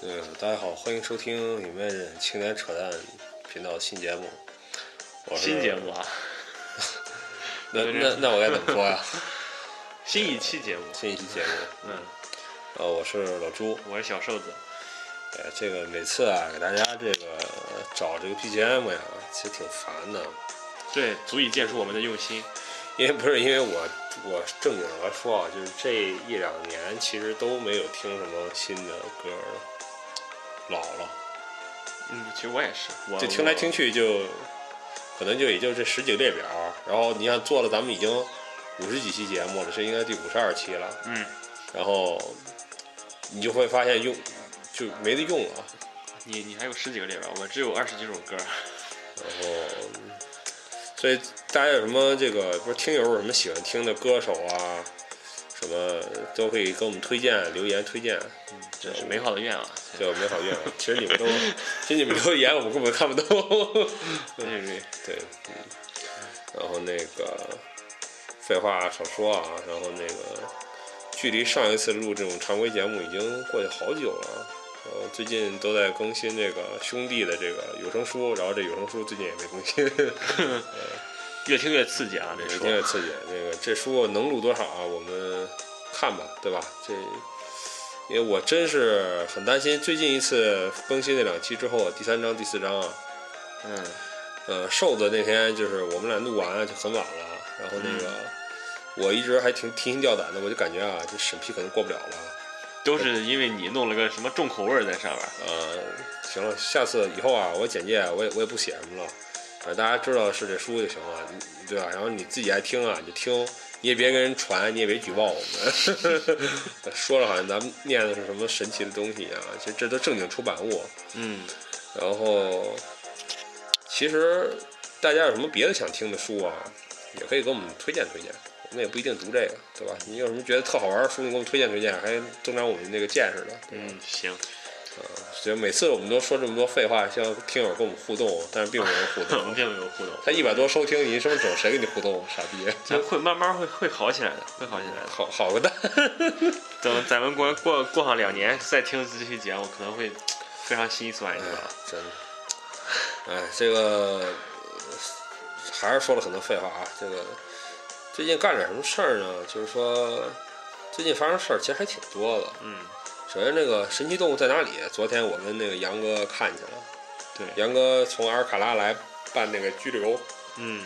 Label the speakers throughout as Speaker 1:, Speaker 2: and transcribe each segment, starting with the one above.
Speaker 1: 嗯大家好，欢迎收听你们青年扯淡频道新节目。我是
Speaker 2: 新节目啊，
Speaker 1: 那
Speaker 2: 对
Speaker 1: 那
Speaker 2: 这
Speaker 1: 那我该怎么说呀？
Speaker 2: 新一期节目。
Speaker 1: 新一期节目，
Speaker 2: 嗯，
Speaker 1: 呃，我是老朱。
Speaker 2: 我是小瘦子。
Speaker 1: 哎，这个每次啊，给大家这个找这个 BGM 呀，其实挺烦的，
Speaker 2: 对，足以见出我们的用心。
Speaker 1: 因为不是因为我我正经来说啊，就是这一两年其实都没有听什么新的歌了，老了。
Speaker 2: 嗯，其实我也是，我
Speaker 1: 就听来听。去就，可能就也就这十几个列表，然后你看做了咱们已经五十几期节目了，这应该第五十二期了，
Speaker 2: 嗯，
Speaker 1: 然后你就会发现用就没得用啊了，
Speaker 2: 你你还有十几个列表，我只有二十几首歌。
Speaker 1: 然后所以大家有什么这个不是听友有什么喜欢听的歌手啊，什么都可以给我们推荐留言推荐，
Speaker 2: 真是美好的愿望。
Speaker 1: 就美好愿望。其实你们都其实你们留言我们根本看不懂。
Speaker 2: 对对对，
Speaker 1: 对，嗯，然后那个废话少说啊，然后那个距离上一次录这种常规节目已经过去好久了，然后最近都在更新这个兄弟的这个有声书，然后这有声书最近也没更新，
Speaker 2: 越听越刺激啊！这
Speaker 1: 有点
Speaker 2: 说，
Speaker 1: 刺激。那个这书能录多少啊？我们看吧，对吧？这。因为我真是很担心，最近一次更新那两期之后，第三章、第四章啊，
Speaker 2: 嗯，
Speaker 1: 呃，瘦子那天就是我们俩录完就很晚了，然后那个、我一直还挺提心吊胆的，我就感觉啊，这审批可能过不了了。
Speaker 2: 都是因为你弄了个什么重口味儿在上面。
Speaker 1: 呃，行了，下次以后啊，我简介我也我也不写什么了，反正大家知道是这书就行了，你对吧？然后你自己爱听啊，你就听，你也别跟人传，你也别举报我们。 说了好像咱们念的是什么神奇的东西啊，其实这都正经出版物。
Speaker 2: 嗯，
Speaker 1: 然后，其实大家有什么别的想听的书啊，也可以给我们推荐推荐。我们也不一定读这个，对吧？你有什么觉得特好玩的书，你给我们推荐推荐，还增长我们这个见识的。对吧
Speaker 2: 嗯，行，
Speaker 1: 所以每次我们都说这么多废话，希望听友跟我们互动，但是并没有人互
Speaker 2: 我们
Speaker 1: 动。
Speaker 2: 并没有互动，
Speaker 1: 他一百多收听，你什么整谁跟你互动？傻逼！
Speaker 2: 咱会慢慢会会好起来的，会好起来的。
Speaker 1: 好好个蛋！
Speaker 2: 等咱们过过过上两年再听这期节目，可能会非常心酸，你知道吧？
Speaker 1: 真的，哎，这个呃还是说了很多废话啊。这个最近干点什么事儿呢？就是说，最近发生事儿其实还挺多的。
Speaker 2: 嗯，
Speaker 1: 首先，这个《神奇动物在哪里》，昨天我跟那个杨哥看去了。
Speaker 2: 对
Speaker 1: 杨哥从阿尔卡拉来办那个拘留，
Speaker 2: 嗯，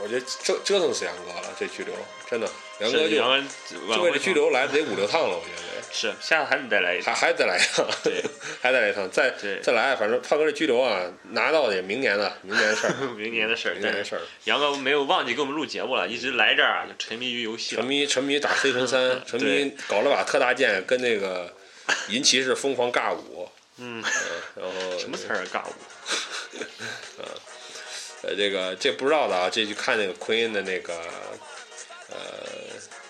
Speaker 1: 我觉得折折腾死杨哥了，这拘留真的，杨哥
Speaker 2: 是
Speaker 1: 就
Speaker 2: 杨
Speaker 1: 就
Speaker 2: 哥晚
Speaker 1: 为
Speaker 2: 会
Speaker 1: 这拘
Speaker 2: 上
Speaker 1: 留来得五六趟了，我觉得。
Speaker 2: 是，下次还得再来一
Speaker 1: 还
Speaker 2: 趟。
Speaker 1: 还得来一趟，
Speaker 2: 对，
Speaker 1: 还得来一趟，再
Speaker 2: 对
Speaker 1: 再来，反正胖哥这拘留啊，拿到的也明年的，明年的事 儿，
Speaker 2: 嗯明年的事儿，
Speaker 1: 明年的
Speaker 2: 但是
Speaker 1: 事儿。
Speaker 2: 杨哥没有忘记给我们录节目了，一直来这儿啊，就沉迷于游戏
Speaker 1: 沉
Speaker 2: 了。
Speaker 1: 迷沉迷打 C 乘三，沉迷搞了把特大剑，跟那个银骑士疯狂尬舞，呃
Speaker 2: 嗯，
Speaker 1: 然后
Speaker 2: 什么词儿啊尬舞？
Speaker 1: 呃，这个这不知道的啊，这就看那个奎因的那个呃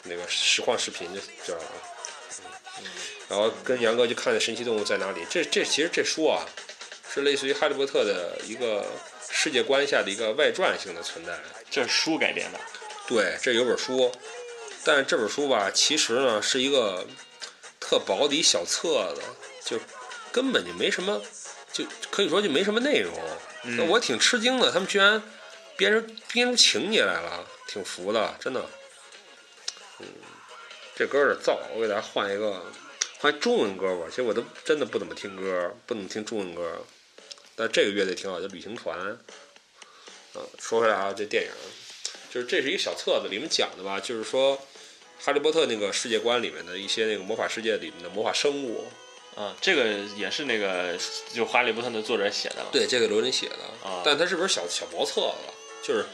Speaker 1: 那个实况视频就知道了啊。然后跟杨哥去看《神奇动物在哪里》这，这其实这书啊，是类似于《哈利波特》的一个世界观下的一个外传性的存在。啊
Speaker 2: 这是书改编的。
Speaker 1: 对，这有本书，但是这本书吧，其实呢是一个特薄的一小册子，就根本就没什么，就可以说就没什么内容。那我挺吃惊的，他们居然编出编出情节来了，挺服的，真的。嗯，这歌有点燥，我给大家换一个，换中文歌吧。其实我都真的不怎么听歌，不怎么听中文歌，但这个乐队挺好，叫旅行团。嗯，说回来啊，这电影，就是这是一个小册子，里面讲的吧，就是说《哈利波特》那个世界观里面的一些那个魔法世界里面的魔法生物。
Speaker 2: 啊，这个也是那个就《哈利波特》的作者写的嘛。
Speaker 1: 对，这个罗琳写的，
Speaker 2: 啊
Speaker 1: 但它是本小小薄册子，就是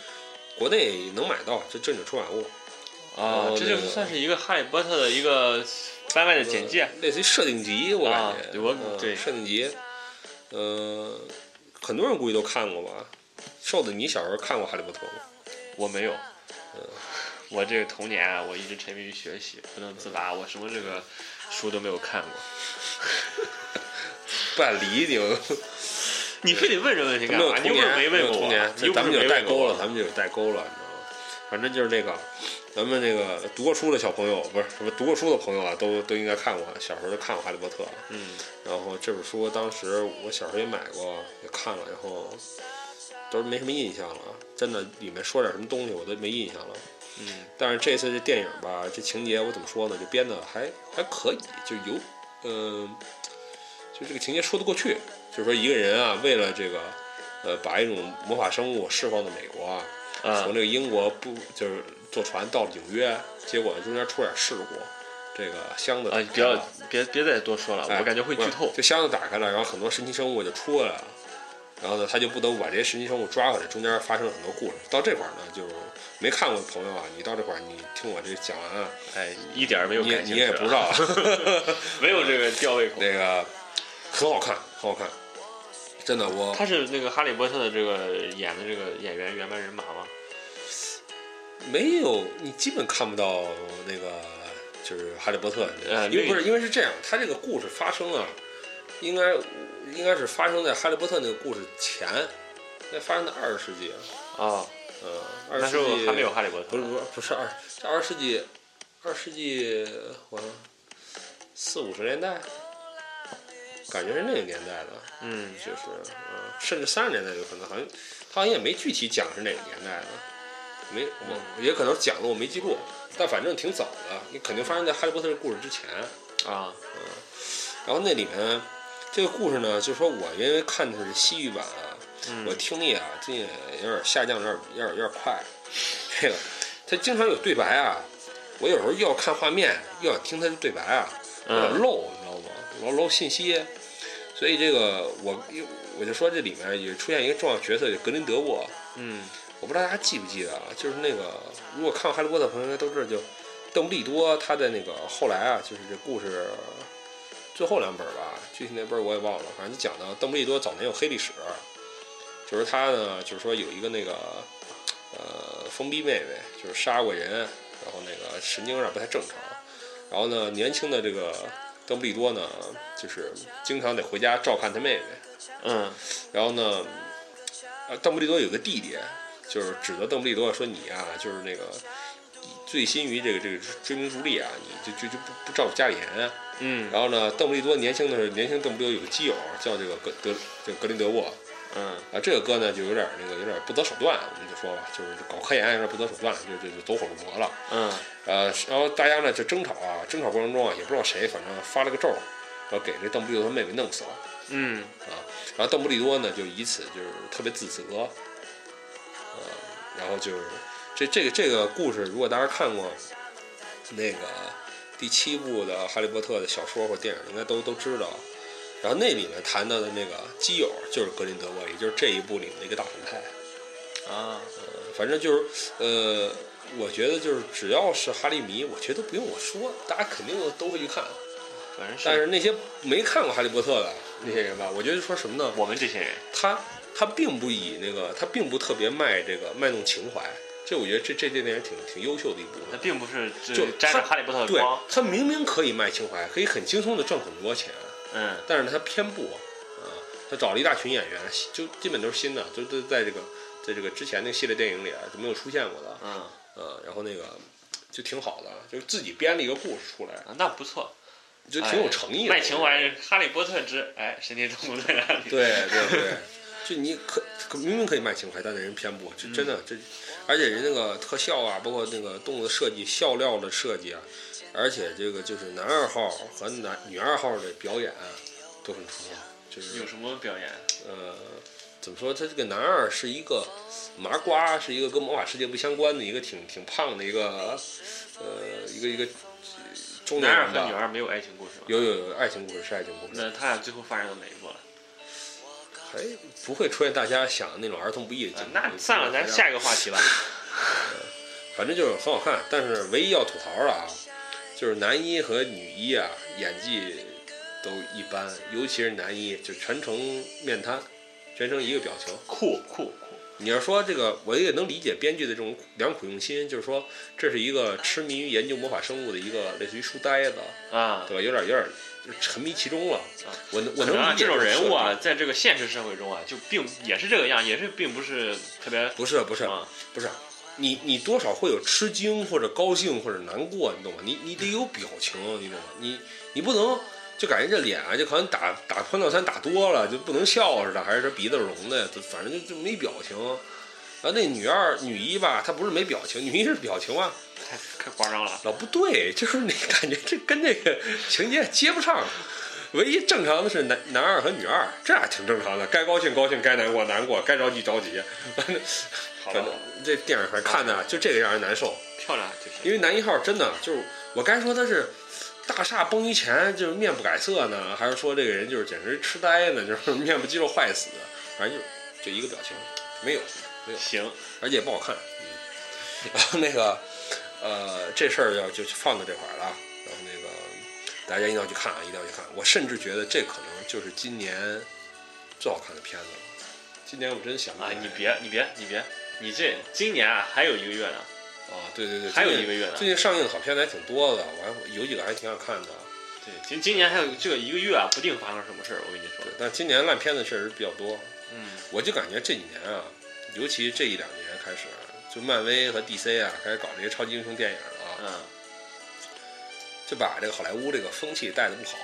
Speaker 1: 国内能买到，这正经出版物。
Speaker 2: 啊
Speaker 1: 哦，
Speaker 2: 这就
Speaker 1: 那个
Speaker 2: 算是一个《哈利波特》的一个番外的简介。
Speaker 1: 类似于设定集，我感
Speaker 2: 啊
Speaker 1: 觉，
Speaker 2: 对我
Speaker 1: 嗯
Speaker 2: 对
Speaker 1: 设定集，呃，很多人估计都看过吧。瘦子，你小时候看过《哈利波特》吗？
Speaker 2: 我没有。嗯我这个童年啊，我一直沉迷于学习，不能自拔。我什么这个书都没有看过。
Speaker 1: 不敢理你，我
Speaker 2: 你非得问这问题
Speaker 1: 没
Speaker 2: 干
Speaker 1: 有
Speaker 2: 啊嘛？你
Speaker 1: 童
Speaker 2: 又不是
Speaker 1: 年，
Speaker 2: 没
Speaker 1: 没有
Speaker 2: 问过
Speaker 1: 童
Speaker 2: 我啊
Speaker 1: 年，
Speaker 2: 你又
Speaker 1: 咱
Speaker 2: 不
Speaker 1: 们
Speaker 2: 是
Speaker 1: 就有
Speaker 2: 没啊
Speaker 1: 代
Speaker 2: 问过
Speaker 1: 沟了，
Speaker 2: 我。
Speaker 1: 咱们就有代沟了，你知道吗？反正就是那个，咱们那个读过书的小朋友，不是什么读过书的朋友啊，都都应该看过，小时候就看过《哈利波特》。啊
Speaker 2: 嗯，
Speaker 1: 然后这本书当时我小时候也买过，也看了，然后都没什么印象了，啊真的里面说点什么东西我都没印象了。
Speaker 2: 嗯，
Speaker 1: 但是这次这电影吧，这情节我怎么说呢，就编的还还可以，就有，嗯、就这个情节说得过去。就是说一个人啊，为了这个，呃，把一种魔法生物释放到美国啊，从
Speaker 2: 啊，
Speaker 1: 这个英国不就是坐船到纽约，结果中间出点事故，这个箱子
Speaker 2: 啊，不要别别再多说了，
Speaker 1: 哎
Speaker 2: 我感觉会剧透
Speaker 1: 不是。这箱子打开了，然后很多神奇生物就出来了，然后呢，他就不得不把这些神奇生物抓回来，中间发生了很多故事。到这块儿呢，就是没看过的朋友啊，你到这块儿，你听我这讲完啊，
Speaker 2: 哎，一点儿没有
Speaker 1: 你也
Speaker 2: 感
Speaker 1: 你
Speaker 2: 兴趣，
Speaker 1: 也不知，道，啊
Speaker 2: 没有这个吊胃口。
Speaker 1: 那个很好看，很好看，真的我
Speaker 2: 他是那个《哈利波特》的这个演的这个演员原班人马吗？
Speaker 1: 没有，你基本看不到那个就是哈利波特，
Speaker 2: 呃
Speaker 1: 因为不
Speaker 2: 另
Speaker 1: 是因为是这样，他这个故事发生啊，应该应该是发生在哈利波特那个故事前，那发生在二十世纪，
Speaker 2: 啊，
Speaker 1: 呃，二
Speaker 2: 那
Speaker 1: 十
Speaker 2: 时
Speaker 1: 世
Speaker 2: 候
Speaker 1: 纪
Speaker 2: 还没有《哈利波特
Speaker 1: 不》。是不是不是二这二十世纪，二十世纪我四五十年代，感觉是那个年代的，
Speaker 2: 嗯，
Speaker 1: 就是呃，甚至三十年代有可能，好像他好像也没具体讲是哪个年代的，没
Speaker 2: 嗯
Speaker 1: 我也可能讲了我没记住，但反正挺早的，你肯定发生在《哈利波特》这故事之前。
Speaker 2: 啊，
Speaker 1: 然后那里面这个故事呢，就是说我因为看的是西域版啊，我
Speaker 2: 嗯，
Speaker 1: 听力啊，这也有点下降，有点有点有点快。这个他经常有对白啊，我有时候又要看画面，又要听他的对白啊，有点
Speaker 2: 嗯，
Speaker 1: 漏，你知道吗？老漏信息，所以这个我我就说这里面也出现一个重要角色，就格林德沃。
Speaker 2: 嗯，
Speaker 1: 我不知道大家记不记得啊，就是那个如果看过《哈利波特》的朋友应该都知道，就邓布利多他的那个后来啊，就是这故事最后两本吧，具体哪本我也忘了，反正就讲到邓布利多早年有黑历史，就是他呢，就是说有一个那个呃疯逼妹妹，就是杀过人，然后那个神经有点不太正常，然后呢，年轻的这个邓布利多呢，就是经常得回家照看他妹妹，
Speaker 2: 嗯，
Speaker 1: 然后呢，呃，邓布利多有个弟弟，就是指责邓布利多说你啊，就是那个醉心于这个这个追名逐利啊，你就就就不不照顾家里人啊。
Speaker 2: 嗯，
Speaker 1: 然后呢，邓布利多年轻的时候，年轻邓布利多有个基友叫这个格德这个格林德沃
Speaker 2: 嗯，
Speaker 1: 啊，这个哥呢就有点那个有点不择手段，我们就说吧，就是搞科研有点不择手段，就就就走火入魔了。
Speaker 2: 嗯，
Speaker 1: 呃，然后大家呢就争吵啊，争吵过程中啊，也不知道谁，反正发了个咒，然后给这邓布利多他妹妹弄死了。
Speaker 2: 嗯，
Speaker 1: 然后邓布利多呢，就以此就是特别自责，呃，然后就是这这个这个故事，如果大家看过那个第七部的《哈利波特》的小说或电影，应该都都知道。然后那里面谈到的那个基友就是格林德沃，也就是这一部里面的一个大反派。
Speaker 2: 啊，
Speaker 1: 呃反正就是呃，我觉得就是只要是哈利迷，我觉得都不用我说，大家肯定都会去看。
Speaker 2: 反正
Speaker 1: 但
Speaker 2: 是
Speaker 1: 是那些没看过《哈利波特》的那些人吧，我觉得说什么呢？
Speaker 2: 我们这些人，
Speaker 1: 他他并不以那个，他并不特别卖这个卖弄情怀，这我觉得这这这电影挺挺优秀的一部
Speaker 2: 那
Speaker 1: 分。
Speaker 2: 并不是
Speaker 1: 就
Speaker 2: 就沾着哈利波特的
Speaker 1: 对
Speaker 2: 光，，
Speaker 1: 他明明可以卖情怀，可以很轻松的挣很多钱，
Speaker 2: 嗯，
Speaker 1: 但是他偏不啊，他找了一大群演员，就基本都是新的，就都在这个在这个之前那个系列电影里啊就没有出现过的，
Speaker 2: 嗯，
Speaker 1: 啊，然后那个就挺好的，就是自己编了一个故事出来，
Speaker 2: 啊那不错，
Speaker 1: 就挺有诚意的。
Speaker 2: 哎卖情怀，《哈利波特之哎，神奇动物在哪里》。
Speaker 1: 对对对，就你可可明明可以卖情怀，但是人偏不，
Speaker 2: 嗯
Speaker 1: 这真的这，而且人那个特效啊，包括那个动物的设计、笑料的设计啊，而且这个就是男二号和男女二号的表演啊都很出色，就是
Speaker 2: 有什么表演？
Speaker 1: 呃，怎么说？他这个男二是一个麻瓜，是一个跟魔法世界不相关的一个挺挺胖的一个呃一个一个中
Speaker 2: 男
Speaker 1: 年人
Speaker 2: 二和女
Speaker 1: 吧。
Speaker 2: 二没有爱情故事吗？
Speaker 1: 有有有，爱情故事是爱情故事，
Speaker 2: 那他俩最后发展到哪一步了？
Speaker 1: 还哎不会出现大家想的那种儿童不宜的
Speaker 2: 啊
Speaker 1: 景
Speaker 2: 那
Speaker 1: 象
Speaker 2: 算了，咱下一个话 题吧。
Speaker 1: 反正就是很好看，但是唯一要吐槽的啊，就是男一和女一啊，演技都一般，尤其是男一，就全程面瘫，全程一个表情。
Speaker 2: 酷酷酷！
Speaker 1: 你要说这个，我也能理解编剧的这种良苦用心，就是说这是一个痴迷于研究魔法生物的一个类似于书呆子，
Speaker 2: 啊，
Speaker 1: 对吧？有点有点就是沉迷其中了。我能我
Speaker 2: 可能啊
Speaker 1: 能理解
Speaker 2: 这种人物
Speaker 1: 设
Speaker 2: 啊，
Speaker 1: 定，
Speaker 2: 在这个现实社会中啊，就并也是这个样，也是并不是特别
Speaker 1: 不是不是
Speaker 2: 啊
Speaker 1: 不是，你你多少会有吃惊或者高兴或者难过，你懂吗？你你得有表情，你懂吗？你你不能就感觉这脸啊，就好像打打欢乐山打多了就不能笑似的，还是这鼻子聋的，就反正就就没表情。然后那女二女一吧，她不是没表情，女一是表情啊，
Speaker 2: 太太夸张了。
Speaker 1: 老不对，就是你感觉这跟这个情节接不上。唯一正常的是男男二和女二，这俩挺正常的，该高兴高兴，该难过难过，该着急着急。 反正
Speaker 2: 好
Speaker 1: 反
Speaker 2: 吧
Speaker 1: 正，这电影反正看的啊就这个让人难受，
Speaker 2: 漂亮就是。
Speaker 1: 因为男一号真的就是我该说他是大厦崩于前就是面不改色呢，还是说这个人就是简直痴呆呢，就是 面部肌肉坏死，反正就就一个表情没有。
Speaker 2: 行，
Speaker 1: 而且也不好看。嗯 然后那个，呃，这事儿要就放到这块儿了啊。然后那个，大家一定要去看啊，一定要去看。我甚至觉得这可能就是今年最好看的片子了。今年我真想不
Speaker 2: 啊
Speaker 1: 起，来
Speaker 2: 你别你别你别，你这今年啊还有一个月呢，
Speaker 1: 啊，对对对，
Speaker 2: 还有
Speaker 1: 最
Speaker 2: 一
Speaker 1: 近
Speaker 2: 个月呢。
Speaker 1: 最近上映的好片子还挺多的，我还有几个还挺想看的。
Speaker 2: 对，今今年还有这个一个月啊，不定发生什么事儿，我跟你说
Speaker 1: 对。，但今年烂片子确实比较多。
Speaker 2: 嗯，
Speaker 1: 我就感觉这几年啊，尤其这一两年开始，就漫威和 DC 啊开始搞这些超级英雄电影了啊。
Speaker 2: 嗯，
Speaker 1: 就把这个好莱坞这个风气带的不好，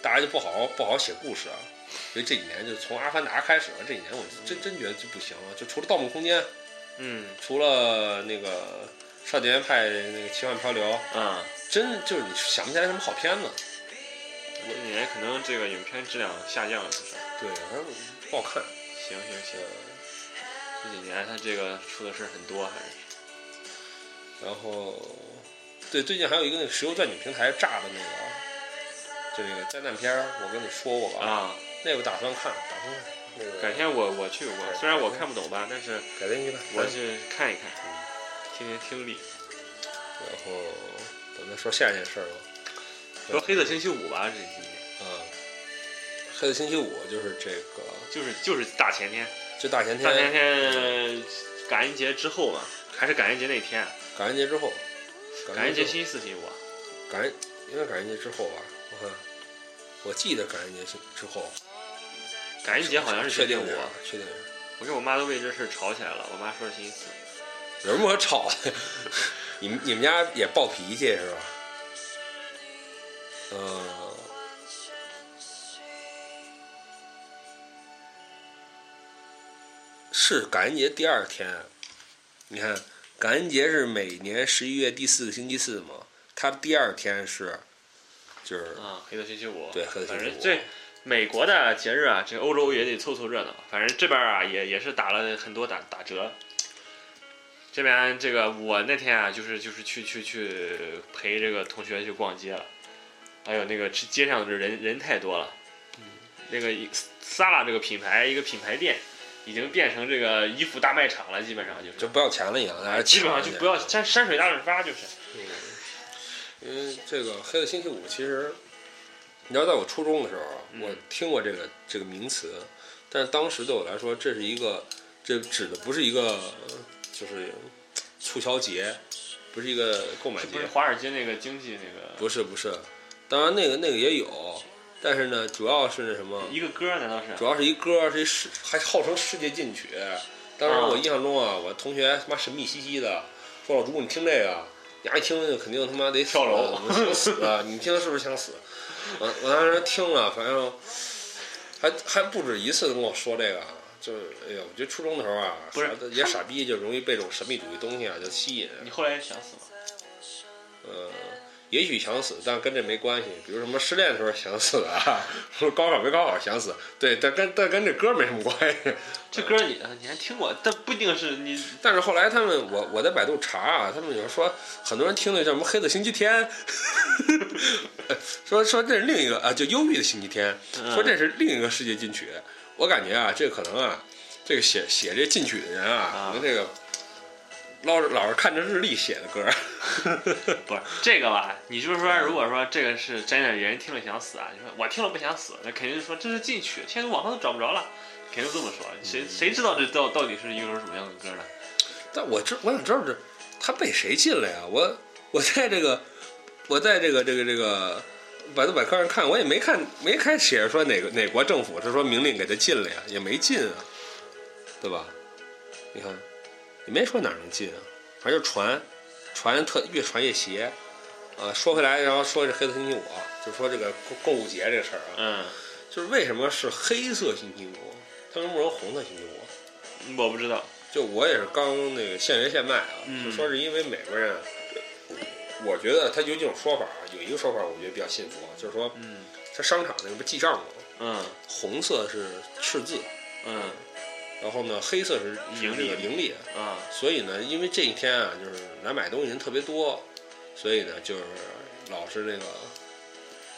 Speaker 1: 大家就不好不好写故事啊。所以这几年就从《阿凡达》开始，这几年我就真真觉得就不行了。就除了《盗梦空间》，
Speaker 2: 嗯，
Speaker 1: 除了那个《少年派》那个《奇幻漂流》，
Speaker 2: 嗯，
Speaker 1: 真就是你想不起来什么好片子。
Speaker 2: 今年可能这个影片质量下降了不少。
Speaker 1: 对，反正不好看。
Speaker 2: 行行
Speaker 1: 呃
Speaker 2: 行，，这几年他这个出的事儿很多，还是
Speaker 1: 然后对，最近还有一个那个石油钻井平台炸的那个啊，就那个灾难片儿，我跟你说过吧？
Speaker 2: 啊。
Speaker 1: 那个打算看，打算看。那个
Speaker 2: 改天我我去我虽然我看不懂吧，但是
Speaker 1: 改天去吧。
Speaker 2: 我去看一看，听听听力。
Speaker 1: 然后咱们说下一件事儿吧。
Speaker 2: 说黑色星期五吧，这今年
Speaker 1: 啊，黑色星期五就是这个，
Speaker 2: 就是就是大前天，
Speaker 1: 就大前
Speaker 2: 大前
Speaker 1: 天
Speaker 2: 天感恩节之后嘛，还是感恩节那天，啊
Speaker 1: 感恩节之后，
Speaker 2: 感恩节
Speaker 1: 之后
Speaker 2: 星期四、星期五啊，
Speaker 1: 感恩应该感恩节之后吧？我看，我记得感恩节之后，
Speaker 2: 感恩节好像是
Speaker 1: 确
Speaker 2: 星期
Speaker 1: 定
Speaker 2: 五
Speaker 1: 点
Speaker 2: 啊。
Speaker 1: 儿，确定点儿。
Speaker 2: 我跟我妈都为这事儿吵起来了，我妈说是星期四，
Speaker 1: 有什么可吵的？你们你们家也暴脾气是吧？呃，是感恩节第二天。你看，感恩节是每年十一月第四个星期四嘛，它第二天是，就是
Speaker 2: 啊，黑色星期五，
Speaker 1: 对黑色星
Speaker 2: 反
Speaker 1: 期
Speaker 2: 正
Speaker 1: 五
Speaker 2: 这美国的节日啊，这欧洲也得凑凑热闹。反正这边啊，也也是打了很多打打折。这边这个我那天啊，就是就是去去去陪这个同学去逛街了，还有那个吃街上的人人太多了。那个一 Sara 这个品牌一个品牌店，已经变成这个衣服大卖场了，基本上就是
Speaker 1: 就，不要钱了一样，大家
Speaker 2: 基本上
Speaker 1: 抢着
Speaker 2: 就不要山山水大润发就是，
Speaker 1: 因为这个黑色星期五，其实你知道，在我初中的时候，啊
Speaker 2: 嗯
Speaker 1: 我听过这个这个名词，但是当时对我来说，这是一个这指的不是一个呃就是促销节，不是一个购买
Speaker 2: 是
Speaker 1: 节
Speaker 2: 不是，华尔街那个经济那个
Speaker 1: 不是不是，当然那个那个也有，但是呢，主要是那什么，
Speaker 2: 一个歌儿难道是？
Speaker 1: 主要是一歌，是一世还号称世界禁曲。当时
Speaker 2: 啊
Speaker 1: 我印象中啊，我同学他妈神秘兮兮的说：“老朱，你听这个，你丫一听就肯定他妈得死
Speaker 2: 跳楼
Speaker 1: 我们想死啊！你听是不是想死？”我我当时听了，反正还还不止一次跟我说这个啊，就是哎呀，我觉得初中的时候啊，
Speaker 2: 不是
Speaker 1: 孩子也傻逼，就容易被这种神秘主义东西啊就吸引。
Speaker 2: 你后来想死吗？
Speaker 1: 呃，也许想死，但跟这没关系。比如什么失恋的时候想死啊，说高考没高好想死，对，但跟但跟这歌没什么关系。
Speaker 2: 这歌你呃你还听过，但不一定是你
Speaker 1: 但是后来他们，我我在百度查啊，他们有人说很多人听的叫什么“黑的星期天”， 说说这是另一个啊，就忧郁的星期天，
Speaker 2: 嗯
Speaker 1: 说这是另一个世界禁曲。我感觉啊，这可能啊，这个写写这禁曲的人啊，
Speaker 2: 啊
Speaker 1: 可能这个老是老是看着日历写的歌儿，
Speaker 2: 不是这个吧？你就是
Speaker 1: 嗯
Speaker 2: 说，如果说这个是真的，人听了想死啊，你说我听了不想死，那肯定说这是进曲，现在网上都找不着了，肯定这么说。
Speaker 1: 嗯
Speaker 2: 谁谁知道这到到底是一首什么样的歌呢？
Speaker 1: 但我知我想知道这他被谁禁了呀？我我在这个我在这个这个这个百度百科上看，我也没看没看写着说哪个哪国政府是说明令给他禁了呀，也没禁啊，对吧？你看也没说哪儿能进啊，反正就传，传特越传越邪。啊，说回来，然后说这黑色星期五啊，就说这个购购物节这事儿啊，
Speaker 2: 嗯，
Speaker 1: 就是为什么是黑色星期五，它为什么有红色星期五？啊
Speaker 2: 嗯我不知道，
Speaker 1: 就我也是刚那个现人现卖啊，
Speaker 2: 嗯
Speaker 1: 就说是因为美国人啊，我觉得他有几种说法啊，有一个说法我觉得比较信服啊，就是说
Speaker 2: 嗯
Speaker 1: 他商场那个不记账吗？
Speaker 2: 嗯
Speaker 1: 红色是赤字，
Speaker 2: 嗯
Speaker 1: 然后呢黑色是是
Speaker 2: 盈利
Speaker 1: 这个盈利，
Speaker 2: 啊
Speaker 1: 所以呢，因为这一天啊，就是来买东西人特别多，所以呢就是老是那个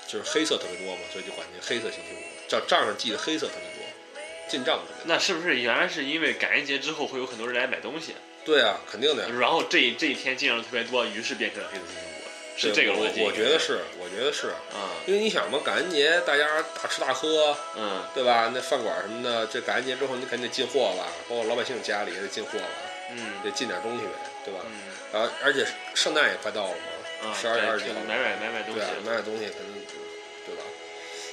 Speaker 1: 就是黑色特别多嘛，所以就管这黑色星期五，账账上记的黑色特别多，进账特别多。
Speaker 2: 那是不是原来是因为感恩节之后会有很多人来买东西，
Speaker 1: 对啊，肯定的呀。
Speaker 2: 然后这一这一天进量特别多，于是变成了黑色星期五，是这个逻辑？
Speaker 1: 我我觉得。是，我觉得是。
Speaker 2: 嗯
Speaker 1: 因为你想嘛，感恩节大家大吃大喝，
Speaker 2: 嗯
Speaker 1: 对吧？那饭馆什么的，这感恩节之后你肯定得进货吧，包括老百姓家里也得进货吧，
Speaker 2: 嗯
Speaker 1: 得进点东西呗，对吧？
Speaker 2: 嗯
Speaker 1: 然后而且圣诞也快到了
Speaker 2: 啊
Speaker 1: 嘛，，十二月二十
Speaker 2: 对，
Speaker 1: 九
Speaker 2: 就，买买买买东
Speaker 1: 对啊，买
Speaker 2: 西，
Speaker 1: 点东西肯定，对吧？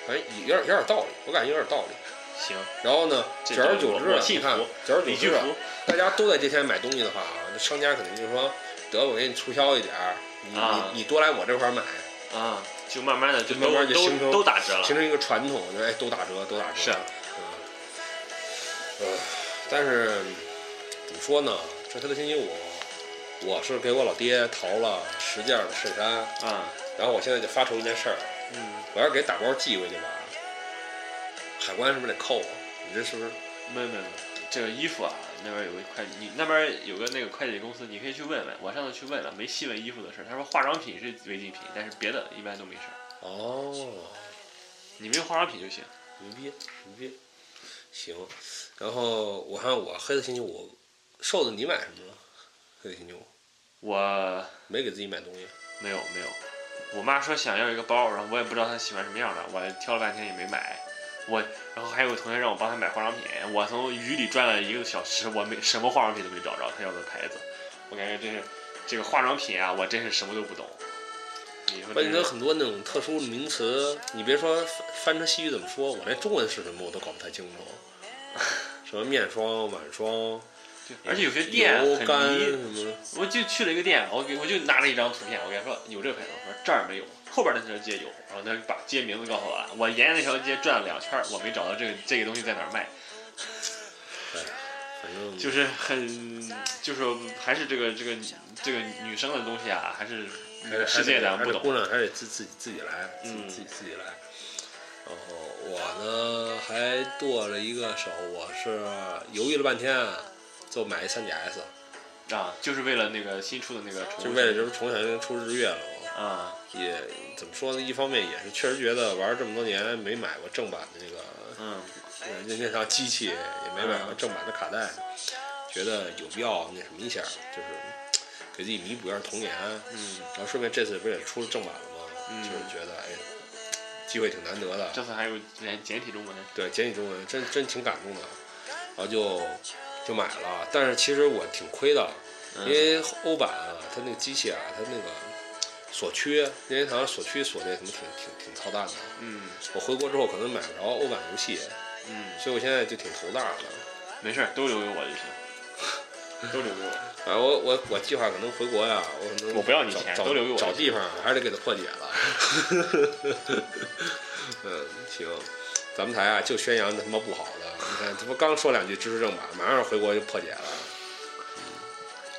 Speaker 1: 反正有点有点道理，我感觉有点道理。
Speaker 2: 行，
Speaker 1: 然后呢，
Speaker 2: 这
Speaker 1: 久而久
Speaker 2: 我
Speaker 1: 之啊
Speaker 2: 我，信
Speaker 1: 你看
Speaker 2: 服，
Speaker 1: 久而久
Speaker 2: 李巨
Speaker 1: 之啊，
Speaker 2: 福
Speaker 1: 大家都在这天买东西的话啊，那商家肯定就说，得我给你促销一点儿，你
Speaker 2: 啊
Speaker 1: 你你多来我这块儿买，
Speaker 2: 啊，就慢慢的
Speaker 1: 就
Speaker 2: 就都
Speaker 1: 慢慢就形
Speaker 2: 都
Speaker 1: 成
Speaker 2: 都打折了
Speaker 1: 形，成一个传统，就是哎，都打折，都打折。
Speaker 2: 是啊
Speaker 1: 嗯，呃，但是嗯怎么说呢？这黑色星期五，我是给我老爹淘了十件的衬衫，
Speaker 2: 啊，
Speaker 1: 然后我现在就发愁一件事儿，
Speaker 2: 嗯，
Speaker 1: 我要是给打包寄回去吧，海关是不是得扣我？啊你这是不是？
Speaker 2: 没有没有没有，这个衣服啊，那边有个快，你那边有个那个快递公司，你可以去问问，我上次去问了，没细问衣服的事儿，他说化妆品是违禁品，但是别的一般都没事儿，
Speaker 1: 哦，
Speaker 2: 你没有化妆品就行，
Speaker 1: 牛逼，牛逼，行。然后我看我黑色星期五，瘦子你买什么了？黑色星期五
Speaker 2: 我
Speaker 1: 没给自己买东西。
Speaker 2: 没有没有，我妈说想要一个包，然后我也不知道她喜欢什么样的，我挑了半天也没买。我，然后还有个同学让我帮她买化妆品，我从雨里转了一个小时，我没什么化妆品都没找着，她要的牌子，我感觉真是这个化妆品啊，我真是什么都不懂。你说
Speaker 1: 关键
Speaker 2: 这
Speaker 1: 有
Speaker 2: 是
Speaker 1: 很多那种特殊的名词，你别说翻翻成西语怎么说，我连中文是什么我都搞不太清楚。什么面霜、晚霜，
Speaker 2: 对而且有些店
Speaker 1: 油干
Speaker 2: 很
Speaker 1: 什
Speaker 2: 迷，
Speaker 1: 么的，
Speaker 2: 我就去了一个店，我给我就拿了一张图片，我跟他说有这个牌子，我说这儿没有，后边那条街有，然后他把街名字告诉我了，我沿着那条街转了两圈，我没找到这个这个东西在哪儿卖。
Speaker 1: 反正
Speaker 2: 就是很，就是还是这个这个这个女生的东西啊，还是
Speaker 1: 还得
Speaker 2: 世界
Speaker 1: 还
Speaker 2: 的
Speaker 1: 得
Speaker 2: 不
Speaker 1: 姑
Speaker 2: 懂。
Speaker 1: 娘还得自自己自己来，自己
Speaker 2: 嗯
Speaker 1: 自己自己来。然后我呢还剁了一个手，我是犹豫了半天，就买一三 DS，
Speaker 2: 啊，就是为了那个新出的那个宠物，
Speaker 1: 就为了就是从小就出日月了嘛。
Speaker 2: 啊，
Speaker 1: 也怎么说呢？一方面也是确实觉得玩这么多年没买过正版的这个
Speaker 2: 嗯
Speaker 1: 人家那套机器也没买过正版的卡带，觉得有必要那什么一下，就是给自己弥补一下童年。
Speaker 2: 嗯，
Speaker 1: 然后顺便这次不是也出了正版了吗？
Speaker 2: 嗯
Speaker 1: 就是觉得哎，机会挺难得的，
Speaker 2: 这次还有简简体中文，
Speaker 1: 对简体中文真真挺感动的，然后就就买了。但是其实我挺亏的，因
Speaker 2: 嗯
Speaker 1: 为欧版啊，它那个机器啊，它那个锁区任天堂锁区锁那什么挺挺挺操蛋的。
Speaker 2: 嗯
Speaker 1: 我回国之后可能买不着欧版游戏，
Speaker 2: 嗯，
Speaker 1: 所以我现在就挺头大的。
Speaker 2: 没事儿，都留给我就 行，都留给我，
Speaker 1: 啊，我我我计划可能回国呀，我可能
Speaker 2: 我不要你
Speaker 1: 找
Speaker 2: 钱
Speaker 1: 找
Speaker 2: 都留给我
Speaker 1: 找地方还是得给它破解了。 嗯，行，咱们台啊就宣扬那他妈不好的，你看这不刚说两句支持正版，马上回国就破解了。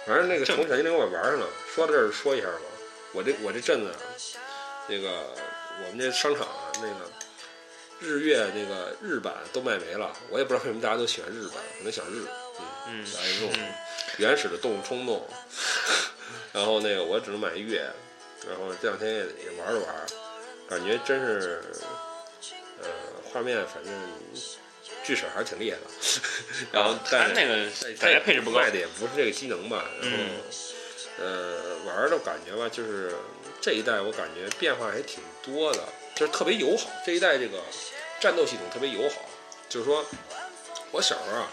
Speaker 1: 反正那个
Speaker 2: 正
Speaker 1: 从小就领我玩儿呢，说到这儿说一下吧，我这我这阵子啊，那个我们这商场啊，那个日月那个日版都卖没了，我也不知道为什么大家都喜欢日版，可能想日，嗯。
Speaker 2: 嗯
Speaker 1: 来一种
Speaker 2: 嗯
Speaker 1: 原始的动物冲动，然后那个我只能买月，然后这两天也也玩了玩，感觉真是，呃，画面反正锯齿还是挺厉害的，然后但
Speaker 2: 哦他
Speaker 1: 是
Speaker 2: 那个
Speaker 1: 但
Speaker 2: 感觉
Speaker 1: 但
Speaker 2: 配置不高
Speaker 1: 卖，的也不是这个机能吧，然后、
Speaker 2: 嗯
Speaker 1: 呃玩的感觉吧，就是这一代我感觉变化还挺多的，就是特别友好，这一代这个战斗系统特别友好，就是说我小时候啊，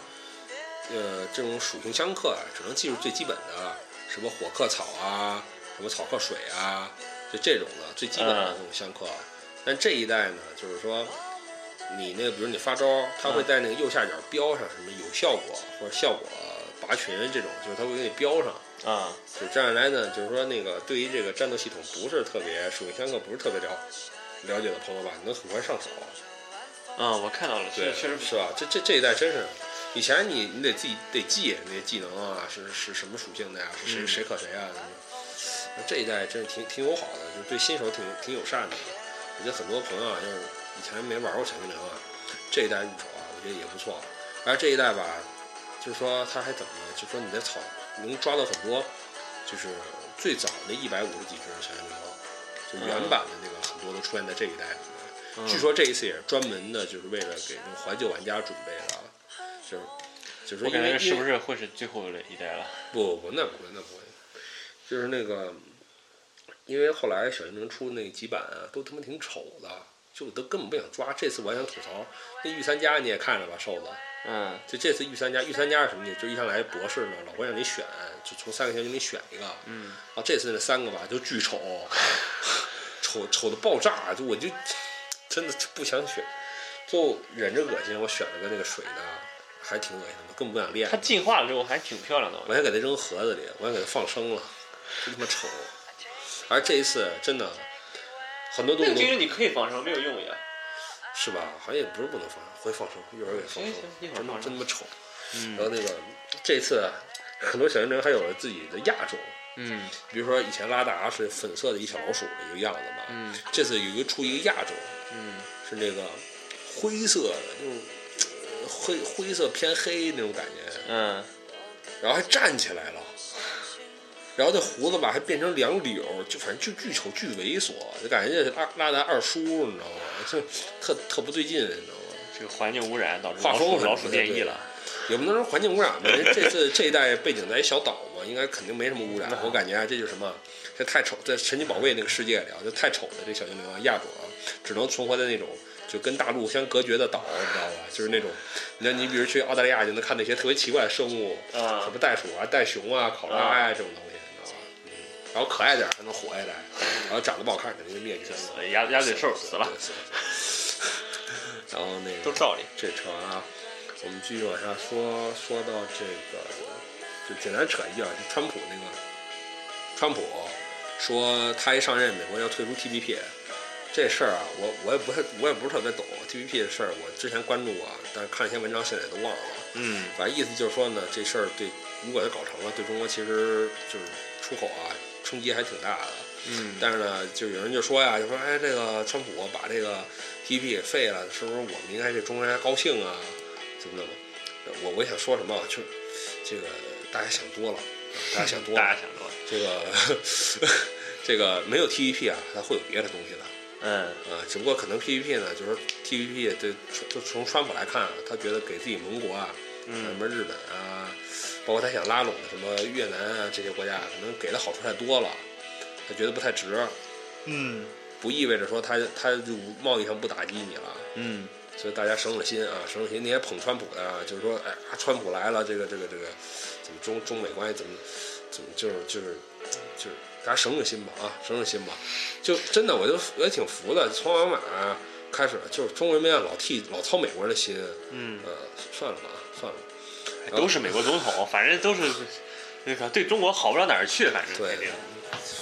Speaker 1: 呃这种属性相克啊，只能记住最基本的，啊什么火克草啊，什么草克水啊，就这种的最基本的
Speaker 2: 嗯
Speaker 1: 这种相克，啊但这一代呢，就是说。你那个，比如你发招，它会在那个右下角标上什么有效果或者效果拔群这种，就是它会给你标上。
Speaker 2: 啊，
Speaker 1: 就这样来呢，就是说那个对于这个战斗系统不是特别水相克，不是特别了了解的朋友吧，你能很快上手。
Speaker 2: 啊，我看到了，
Speaker 1: 对
Speaker 2: 确，确实不
Speaker 1: 是吧？这这这一代真是，以前你你得自己得记那些技能啊，是是什么属性的呀、是谁、
Speaker 2: 嗯
Speaker 1: 谁克谁啊？那这一代真是挺挺友好的，就是对新手挺挺友善的。我觉得很多朋友啊，就是以前没玩过闪精灵啊，这一代入手啊，我觉得也不错。而这一代吧，就是说它还怎么呢？就说你在草能抓到很多，就是最早那一百五十几只闪精灵，就原版的那个很多都出现在这一代里面。
Speaker 2: 嗯
Speaker 1: 据说这一次也是专门的，就是为了给那个怀旧玩家准备的，就是就是说
Speaker 2: 我
Speaker 1: 因
Speaker 2: 感
Speaker 1: 为
Speaker 2: 觉是不
Speaker 1: 是
Speaker 2: 是会是最后的一代了？
Speaker 1: 不不那不会那不会，就是那个，因为后来小精灵出那几版啊，都他妈挺丑的，就我都根本不想抓。这次我还想吐槽那御三家你也看着吧，瘦子，
Speaker 2: 嗯
Speaker 1: 就这次御三家御三家是什么呢？就一上来博士呢，老会让你选，就从三个小精灵选一个，
Speaker 2: 嗯，
Speaker 1: 啊，这次那三个吧就巨丑，丑丑的爆炸，就我就真的不想选，就忍着恶心，我选了个那个水的，还挺恶心的，更不想练
Speaker 2: 它。进化了之后还挺漂亮的，我
Speaker 1: 我
Speaker 2: 觉得
Speaker 1: 还给它扔盒子里，我还给它放生了，真他妈丑。而这一次真的很多东西
Speaker 2: 那个精
Speaker 1: 都
Speaker 2: 灵你可以放生，没有用呀。
Speaker 1: 是吧，好像也不是不能放生，回放生，一会儿给放
Speaker 2: 行
Speaker 1: 生
Speaker 2: 行，一会儿
Speaker 1: 真他妈
Speaker 2: 放
Speaker 1: 真他
Speaker 2: 生
Speaker 1: 妈丑。然后
Speaker 2: 嗯
Speaker 1: 那个这次啊很多小精灵还有了自己的亚种，
Speaker 2: 嗯
Speaker 1: 比如说以前拉达是粉色的一小老鼠的一个样子吧，
Speaker 2: 嗯
Speaker 1: 这次有一个出一个亚种，
Speaker 2: 嗯
Speaker 1: 是那个灰色的，就是呃灰灰色偏黑那种感觉，
Speaker 2: 嗯，
Speaker 1: 然后还站起来了，然后这胡子吧还变成两绺，就反正就巨丑巨猥琐，就感觉这是二拉达二叔，你知道吗？ 就特特不对劲，你知道吗？
Speaker 2: 这个环境污染导致
Speaker 1: 画
Speaker 2: 老
Speaker 1: 风
Speaker 2: 鼠
Speaker 1: 很
Speaker 2: 老
Speaker 1: 不
Speaker 2: 鼠
Speaker 1: 太
Speaker 2: 变异
Speaker 1: 对
Speaker 2: 了。
Speaker 1: 也不能说环境污染吧，因为这次这一代背景在一小岛嘛，应该肯定没什么污染
Speaker 2: 那。好
Speaker 1: 我感觉啊，这就是什么，这太丑，在神奇宝贝那个世界里啊，就太丑的这小精灵啊，亚种啊，只能存活在那种就跟大陆相隔绝的岛，你知道吧？就是那种，你看你比如去澳大利亚，你就能看那些特别奇怪的生物，什
Speaker 2: 啊
Speaker 1: 么袋鼠啊、袋熊啊、考拉啊这种东西，你知道吧？嗯，然后可爱点儿还能活下来，然后长得不好看肯定就灭绝了，
Speaker 2: 呃鸭鸭嘴兽死了，
Speaker 1: 对死了。 死了然后那个
Speaker 2: 都是道理。
Speaker 1: 这扯完啊，我们继续往下说，说到这个，就简单扯一下，就川普那个，川普说他一上任，美国要退出 TPP 这事儿啊，我我也不是我也不是特别懂 TPP 的事儿，我之前关注过，但是看一些文章，现在也都忘了。
Speaker 2: 嗯
Speaker 1: 反正意思就是说呢，这事儿对如果它搞成了，对中国其实就是出口啊冲击还挺大的。
Speaker 2: 嗯
Speaker 1: 但是呢，就有人就说呀，就说哎，这个川普把这个 TP 给废了，是不是我们应该这中国人还高兴啊？怎么怎么？我我想说什么啊，就是这个大家想多了，大家想多
Speaker 2: 大
Speaker 1: 了
Speaker 2: 家，想多了。
Speaker 1: 这个 这个没有 TPP 啊，它会有别的东西的。
Speaker 2: 嗯
Speaker 1: 呃，只不过可能 PVP 呢，就是 TPP 对，就从川普来看啊，他觉得给自己盟国啊，什
Speaker 2: 嗯
Speaker 1: 么日本啊，包括他想拉拢的什么越南啊这些国家，可能给的好处太多了，他觉得不太值，
Speaker 2: 嗯
Speaker 1: 不意味着说他他就贸易上不打击你了。
Speaker 2: 嗯
Speaker 1: 所以大家省省心啊，省省心。那些捧川普的啊，就是说，哎呀，川普来了，这个这个这个，怎么中中美关系怎么怎么就是就是就是，大家省省心吧啊，省省心吧。就真的，我就我也挺服的，从奥巴马开始，就是中国人民啊老替老操美国人的心，
Speaker 2: 嗯，
Speaker 1: 呃，算了吧，算了吧。
Speaker 2: 都是美国总统，反正都是那个对中国好不到哪儿去，反正
Speaker 1: 对
Speaker 2: 肯定。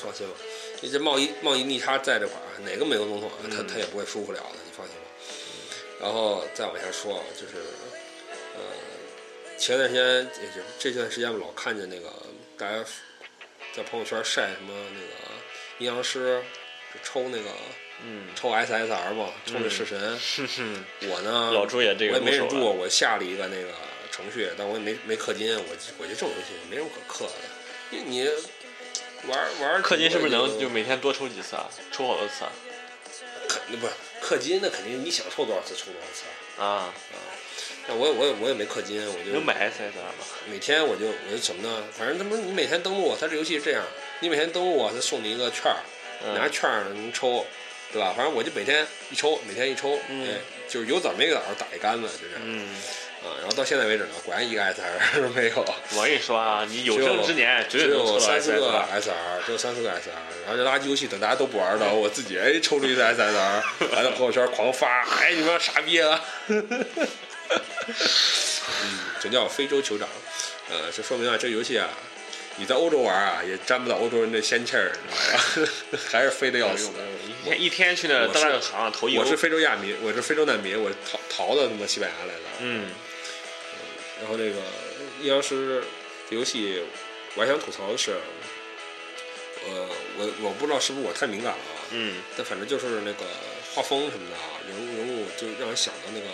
Speaker 1: 放心吧，你这贸易贸易逆差在这块儿，哪个美国总统啊，他
Speaker 2: 嗯
Speaker 1: 他也不会舒服了的，你放心吧。然后再往下说啊，就是呃，前段时间也就是这段时间老看见那个大家在朋友圈晒什么那个阴阳师就抽那个
Speaker 2: 嗯，
Speaker 1: 抽 SSR 嘛，抽那式神，
Speaker 2: 哼哼，
Speaker 1: 我呢
Speaker 2: 嗯老朱也这
Speaker 1: 我
Speaker 2: 个
Speaker 1: 也没忍
Speaker 2: 入手
Speaker 1: 住，
Speaker 2: 了。
Speaker 1: 我下了一个那个程序，但我也没没氪金，我我觉得这种游戏没什么可氪的，因为你玩玩
Speaker 2: 氪金是不是
Speaker 1: 多
Speaker 2: 能就每天多抽几次啊？抽好多次啊？
Speaker 1: 肯定不是氪金，那肯定你想抽多少次抽多少次啊。
Speaker 2: 啊，
Speaker 1: 那我也我也我也没氪金，我就
Speaker 2: 能买 SSR 吗？
Speaker 1: 每天我就我就什么呢？反正他妈你每天登录我，它这游戏是这样，你每天登录我，它送你一个券儿，拿
Speaker 2: 嗯
Speaker 1: 券儿能抽，对吧？反正我就每天一抽，每天一抽，
Speaker 2: 嗯
Speaker 1: 哎，就是有枣没枣打一杆子，就这样
Speaker 2: 嗯，
Speaker 1: 啊。然后到现在为止呢，果然一个 SR 没有，
Speaker 2: 我跟你说啊，你有生之年绝
Speaker 1: 只
Speaker 2: 对能
Speaker 1: 有
Speaker 2: 抽到
Speaker 1: 三四个
Speaker 2: SSR。
Speaker 1: SR，只有三四个 SR，然后这垃圾游戏等大家都不玩
Speaker 2: 嗯
Speaker 1: 了，我自己哎抽出一个 SR，来到朋友圈狂发，哎你妈 傻逼啊！嗯，就叫非洲酋长，呃，这说明啊，这游戏啊，你在欧洲玩啊，也沾不到欧洲人的仙气儿，你知道吧？ 还是非得要
Speaker 2: 没有
Speaker 1: 死
Speaker 2: 没。有，一天一天去那
Speaker 1: 我是
Speaker 2: 当那个行投一嗯
Speaker 1: 我
Speaker 2: 欧
Speaker 1: 是非洲亚民，我是非洲难民，我逃逃到他妈西班牙来了。
Speaker 2: 嗯
Speaker 1: 然后这个阴阳师游戏，我还想吐槽的是，呃，我我不知道是不是我太敏感了啊，
Speaker 2: 嗯
Speaker 1: 但反正就是那个画风什么的啊，人物人物就让人想到那个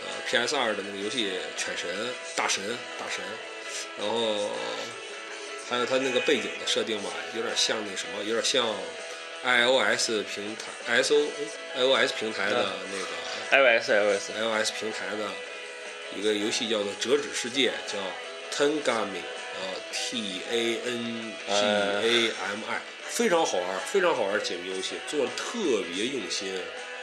Speaker 1: 呃 PS 二的那个游戏《犬神》大神大神，然后还有它那个背景的设定吧，有点像那什么，有点像 iOS 平台 S O iOS 平台的那个。
Speaker 2: ，iOS iOS，
Speaker 1: iOS 平台的一个游戏叫做《折纸世界》，叫 Tangami，呃，T A N G A M
Speaker 2: 哎
Speaker 1: I，、非常好玩，非常好玩解谜游戏，做的特别用心。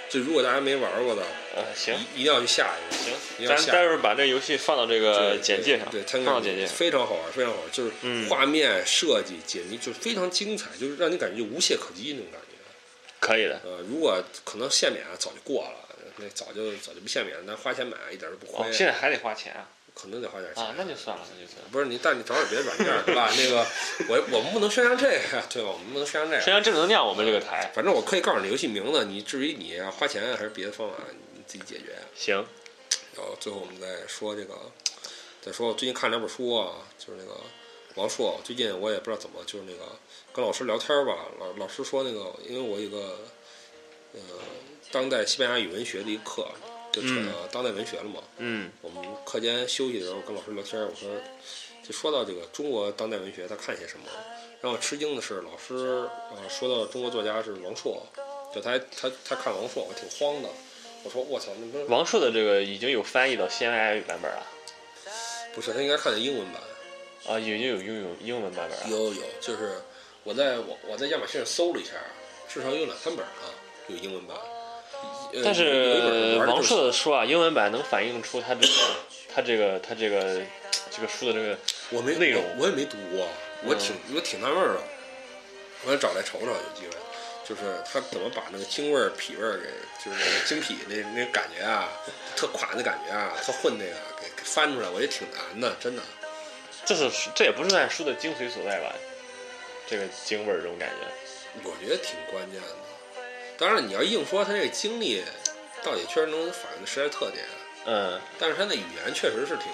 Speaker 1: 就如果大家没玩过的，
Speaker 2: 呃行
Speaker 1: 一一定要去下一个。你
Speaker 2: 行，
Speaker 1: 嗯要
Speaker 2: 咱
Speaker 1: 下
Speaker 2: 待会儿把这游戏放到这个
Speaker 1: 对
Speaker 2: 呃简介上，
Speaker 1: 对，对
Speaker 2: 放到
Speaker 1: Tangami
Speaker 2: 简介上，
Speaker 1: 非常好玩，非常好玩，就是
Speaker 2: 嗯
Speaker 1: 画面设计、解谜就是非常精彩，就是让你感觉无懈可击那种感觉。
Speaker 2: 可以的。
Speaker 1: 呃，如果可能限免啊，早就过了，那早就早就不限免了，但花钱买一点都不
Speaker 2: 哦
Speaker 1: 亏，，
Speaker 2: 现在还得花钱啊？
Speaker 1: 可能得花点钱。
Speaker 2: 啊，那就算了，那就算了。
Speaker 1: 不是你，但你找点别的软件儿对吧？那个，我我们不能宣扬这个，对吧？我们不能宣扬这
Speaker 2: 宣
Speaker 1: 个。
Speaker 2: 扬正能量，我们这个台
Speaker 1: 反正我可以告诉你游戏名字，你至于你花钱还是别的方法，你自己解决。
Speaker 2: 行，
Speaker 1: 然后最后我们再说这个，再说我最近看两本书啊，就是那个王朔，最近我也不知道怎么，就是那个跟老师聊天儿吧，老老师说那个，因为我有个呃当代西班牙语文学的一课，就扯到当代文学了嘛。
Speaker 2: 嗯
Speaker 1: 我们课间休息的时候跟老师聊天儿，我说就说到这个中国当代文学，他看些什么？让我吃惊的是，老师呃说到中国作家是王朔，就他他他看王朔，我挺慌的。我说我操，那不是
Speaker 2: 王朔的这个已经有翻译到西班牙语版本了，
Speaker 1: 不是他应该看的英文版？
Speaker 2: 啊，已经有拥有英文版本了。
Speaker 1: 有有，就是我在我我在亚马逊上搜了一下，至少有两三本儿啊，有英文版。呃有一
Speaker 2: 但
Speaker 1: 本
Speaker 2: 是
Speaker 1: 玩的
Speaker 2: 王
Speaker 1: 就是
Speaker 2: 朔的书啊，英文版能反映出他这个他这个他这个这个书的这个
Speaker 1: 我没
Speaker 2: 内容嗯
Speaker 1: 我我也没读过，我挺、我挺纳闷儿的，我想找来瞅瞅，有机会，就是他怎么把那个京味儿、痞味儿给，就是那个 京痞那那感觉啊，特垮的感觉啊，特混那个给给翻出来，我觉得挺难的，真的。
Speaker 2: 这是这也不是算书的精髓所在吧？这个京味儿这种感觉，
Speaker 1: 我觉得挺关键的。当然了，你要硬说他这个经历到底确实能反映时代特点，
Speaker 2: 嗯，
Speaker 1: 但是他的语言确实是挺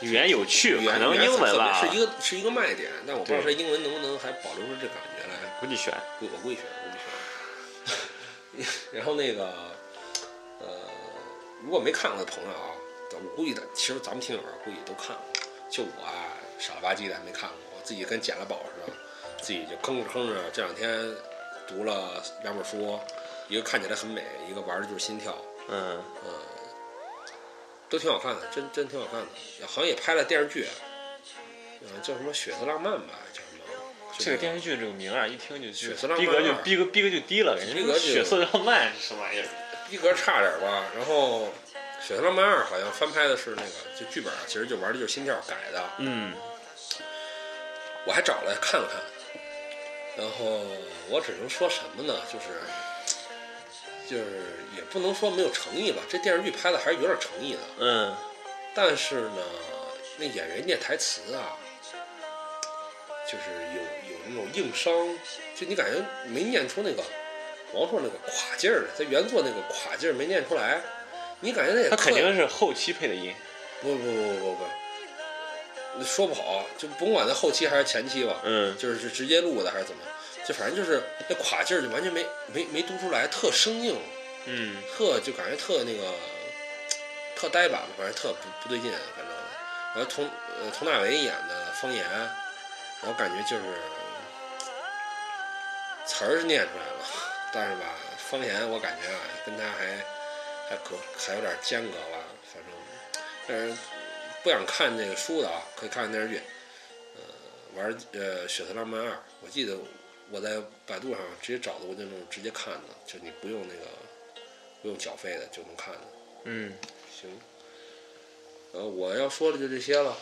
Speaker 2: 语言有趣，
Speaker 1: 语
Speaker 2: 可
Speaker 1: 言
Speaker 2: 能
Speaker 1: 语言
Speaker 2: 英文吧
Speaker 1: 是，一个是一个卖点，但我不知道他
Speaker 2: 对
Speaker 1: 英文能不能还保留出这感觉来。
Speaker 2: 估计选
Speaker 1: 我我故意选，我故意 选。然后那个，呃，如果没看过的朋友啊，我估计的，其实咱们听友啊估计都看过，就我啊傻了吧唧的没看过，我自己跟捡了宝似的，自己就吭哧吭哧，这两天读了两本书，一个看起来很美，一个玩的就是心跳，
Speaker 2: 嗯，
Speaker 1: 嗯，都挺好看的，真真挺好看的，好像也拍了电视剧，嗯、叫什么《血色浪漫》吧，叫什么？
Speaker 2: 这个电视剧这个名儿啊，一听就就
Speaker 1: 血色浪漫啊
Speaker 2: 逼格就
Speaker 1: 二
Speaker 2: 逼格逼格就低了，感觉
Speaker 1: 逼格就
Speaker 2: 血色浪漫是什么玩意儿？
Speaker 1: 逼格差点吧。然后《雪山浪漫二》好像翻拍的是那个，就剧本啊，其实就玩的就是心跳改的。
Speaker 2: 嗯，
Speaker 1: 我还找来看了看，然后我只能说什么呢？就是就是也不能说没有诚意吧，这电视剧拍的还是有点诚意的。
Speaker 2: 嗯，
Speaker 1: 但是呢，那演员念台词啊，就是有有那种硬伤，就你感觉没念出那个王朔那个垮劲儿来，他原作那个垮劲儿没念出来，你感觉那也
Speaker 2: 他肯
Speaker 1: 特
Speaker 2: 定是后期配的音，
Speaker 1: 不不不不不，说不好，啊就甭管在后期还是前期吧，
Speaker 2: 嗯，
Speaker 1: 就是是直接录的还是怎么，就反正就是那垮劲儿就完全没没没读出来，特生硬，
Speaker 2: 嗯，
Speaker 1: 特就感觉特那个特呆板吧，反正特不不对劲，反正。然后佟呃佟大为演的方言，我感觉就是词儿是念出来了，但是吧，方言我感觉啊跟他还还隔还有点间隔吧，反正。但是不想看这个书的啊，可以看看电视剧。呃，玩呃《血色浪漫二》，我记得我在百度上直接找的，我就那种直接看的，就你不用那个不用缴费的就能看的。
Speaker 2: 嗯，
Speaker 1: 行，呃，我要说的就这些了。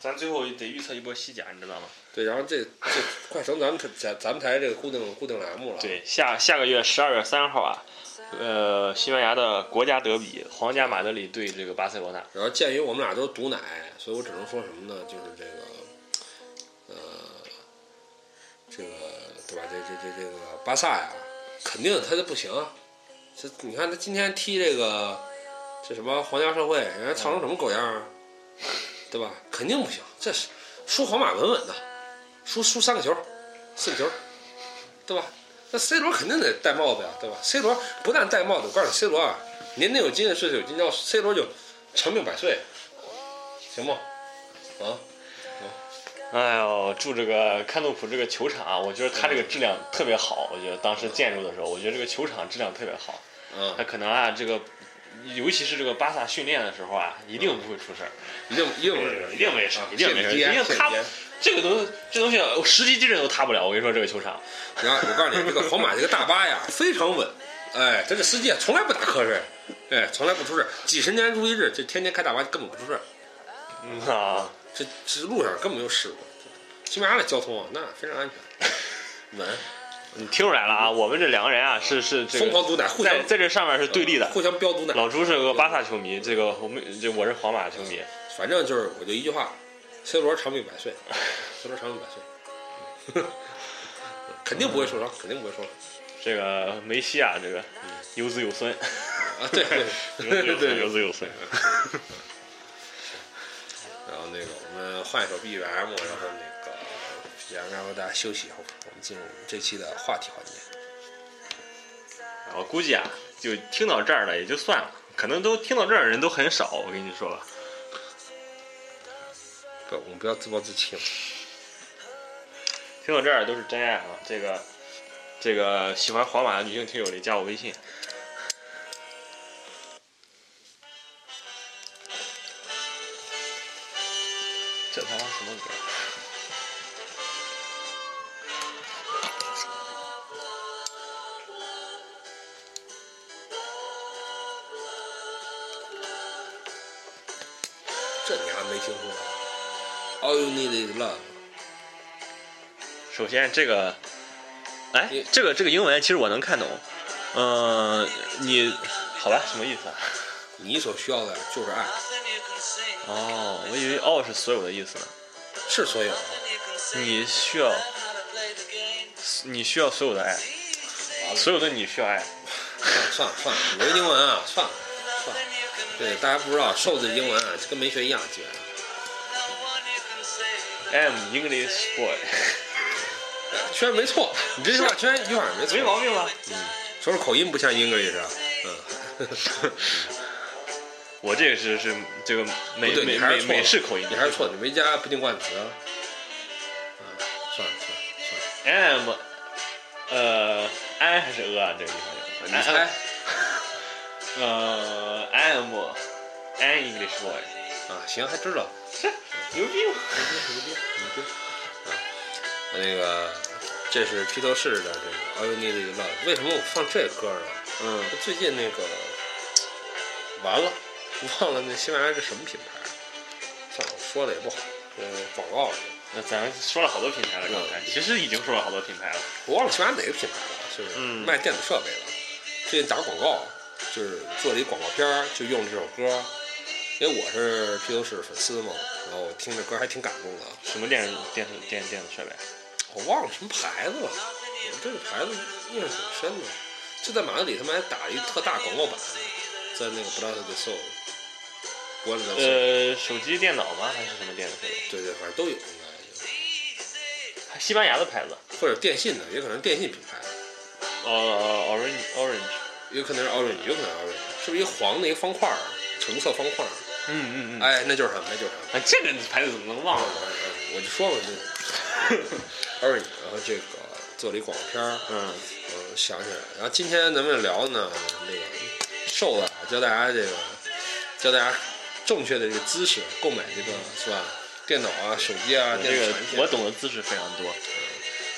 Speaker 2: 咱最后得预测一波西甲，你知道吗？
Speaker 1: 对，然后这这快成咱们台咱咱们台这个固定固定栏目了。，
Speaker 2: 对，下下个月十二月三号啊，呃，西班牙的国家德比，皇家马德里对这个巴塞罗那。
Speaker 1: 然后鉴于我们俩都是毒奶，所以我只能说什么呢？就是这个，呃，这个对吧？这这这这个巴萨呀，肯定他就不行啊。这你看他今天踢这个这什么皇家社会，人家操成什么狗样啊？对吧？肯定不行，这是输皇马稳稳的，输输三个球，四个球，对吧？那 C 罗肯定得戴帽子呀，对吧？C 罗不但戴帽子，我告诉你，C 罗啊，年年有今日，岁岁有今朝，C 罗就长命百岁，行不？啊，
Speaker 2: 哎呦，住这个看杜普这个球场啊，我觉得它这个质量特别好。我觉得当时建筑的时候，我觉得这个球场质量特别好。它
Speaker 1: 嗯，
Speaker 2: 可能啊，这个尤其是这个巴萨训练的时候啊，一定不会出事儿，
Speaker 1: 一定一定不是
Speaker 2: 一定没事
Speaker 1: 啊，
Speaker 2: 一定没事，
Speaker 1: 谢谢
Speaker 2: 因为
Speaker 1: 谢谢
Speaker 2: 他这个东这东西十级地震都塌不了。我跟你说，这个球场，
Speaker 1: 然后我告诉你，这个皇马这个大巴呀非常稳，哎，这个司机啊从来不打瞌睡，哎，从来不出事儿，几十年如一日，这天天开大巴根本不出事儿，
Speaker 2: 嗯啊，
Speaker 1: 这这路上根本没有事故。西班牙的交通啊，那非常安 全，稳，
Speaker 2: 你听出来了啊？我们这两个人啊，是是这
Speaker 1: 嗯疯
Speaker 2: 个
Speaker 1: 狂毒奶，互相
Speaker 2: 在在这上面是对立的。
Speaker 1: 互相飙毒奶。
Speaker 2: 老朱是个巴萨球迷，这个我们这我是皇马球迷。
Speaker 1: 反正就是我就一句话，C 罗长命百岁，C 罗长命百岁，肯定不会受伤，肯定不会受伤
Speaker 2: 这个梅西啊，这个有子有孙，
Speaker 1: 啊！对对
Speaker 2: 有子有
Speaker 1: 对
Speaker 2: 孙，
Speaker 1: 对
Speaker 2: 有子有孙。
Speaker 1: 然后那个我们换一首 BGM，然后那个 BGM 然后大家休息一会儿，我们进入这期的话题环节。
Speaker 2: 我估计啊，就听到这儿了也就算了，可能都听到这儿的人都很少。我跟你说吧，
Speaker 1: 不，我们不要自暴自弃嘛。
Speaker 2: 听到这儿都是真爱啊！这个这个喜欢皇马的女性听友里加我微信。这他妈什么歌？
Speaker 1: 这你还没听说过？All you need is love。
Speaker 2: 首先这个，哎
Speaker 1: 你，
Speaker 2: 这个这个英文其实我能看懂。嗯、你好吧，什么意思啊？
Speaker 1: 你所需要的就是爱，
Speaker 2: 哦，我以为哦是所有的意思呢。
Speaker 1: 是所有啊。
Speaker 2: 你需要，你需要所有的爱，所有的你需要爱。
Speaker 1: 算了算了，你这英文啊，算了算了。对，大家不知道，瘦子的英文啊，跟没学一样，基本上。
Speaker 2: I'm English boy，
Speaker 1: 确实没错，你这句话确实一点儿也没错，
Speaker 2: 没毛病吧？
Speaker 1: 说是口音不像 English，嗯，
Speaker 2: 我这个是是这个美
Speaker 1: 不对
Speaker 2: 美
Speaker 1: 你还是
Speaker 2: 美
Speaker 1: 错了
Speaker 2: 美式口音，
Speaker 1: 你还是错，你没加不定冠词，啊，算了算了算了，
Speaker 2: I'm，呃，I 还是 a 啊？这个地方有。
Speaker 1: 你猜
Speaker 2: I'm- 呃，I'm an English boy，
Speaker 1: 啊？行，还知道，
Speaker 2: 牛逼吗？
Speaker 1: 牛逼牛逼啊！那个，这是披头士的这个《All You Need Is Love》，为什么我放这歌呢？
Speaker 2: 嗯，
Speaker 1: 最近那个完了，忘了那西班牙是什么品牌，算了，我说的也不好，呃，广告了。
Speaker 2: 那咱们说了好多品牌了，刚才
Speaker 1: 嗯
Speaker 2: 其实已经说了好多品牌了。
Speaker 1: 我忘了西班牙哪个品牌了，就是
Speaker 2: 嗯
Speaker 1: 卖电子设备的，最近打广告，就是做了一广告片儿，就用了这首歌。因为我是披头士粉丝嘛，然后我听这歌还挺感动的。
Speaker 2: 什么电视电视电电子设备？
Speaker 1: 我忘了什么牌子了，我这个牌子印象挺深的。就在马德里，他们还打了一特大广告板，在那个 Plaza de Sol，博士的 Sol，
Speaker 2: 呃，手机、电脑吗？还是什么电子设备？
Speaker 1: 对对，反正都有应该
Speaker 2: 西班牙的牌子，
Speaker 1: 有，或者电信的，也可能是电信品牌，
Speaker 2: 呃，Orange Orange。
Speaker 1: 也可能是 Orange，有可能是 Orange，是不是一个黄的一个方块儿，橙色方块儿？
Speaker 2: 嗯嗯嗯。
Speaker 1: 哎，那就是他们，那就是他们。
Speaker 2: 啊，这个牌子怎么能忘了？
Speaker 1: 我就说嘛，这二女，然后这个做了一广告片儿，
Speaker 2: 嗯，
Speaker 1: 嗯，想起来了。然后今天咱们聊呢，那个瘦了，教大家这个，教大家正确的这个姿势购买这个是吧？电脑啊、手机啊、
Speaker 2: 这
Speaker 1: 电子
Speaker 2: 个
Speaker 1: 产品。
Speaker 2: 我懂的姿势非常多。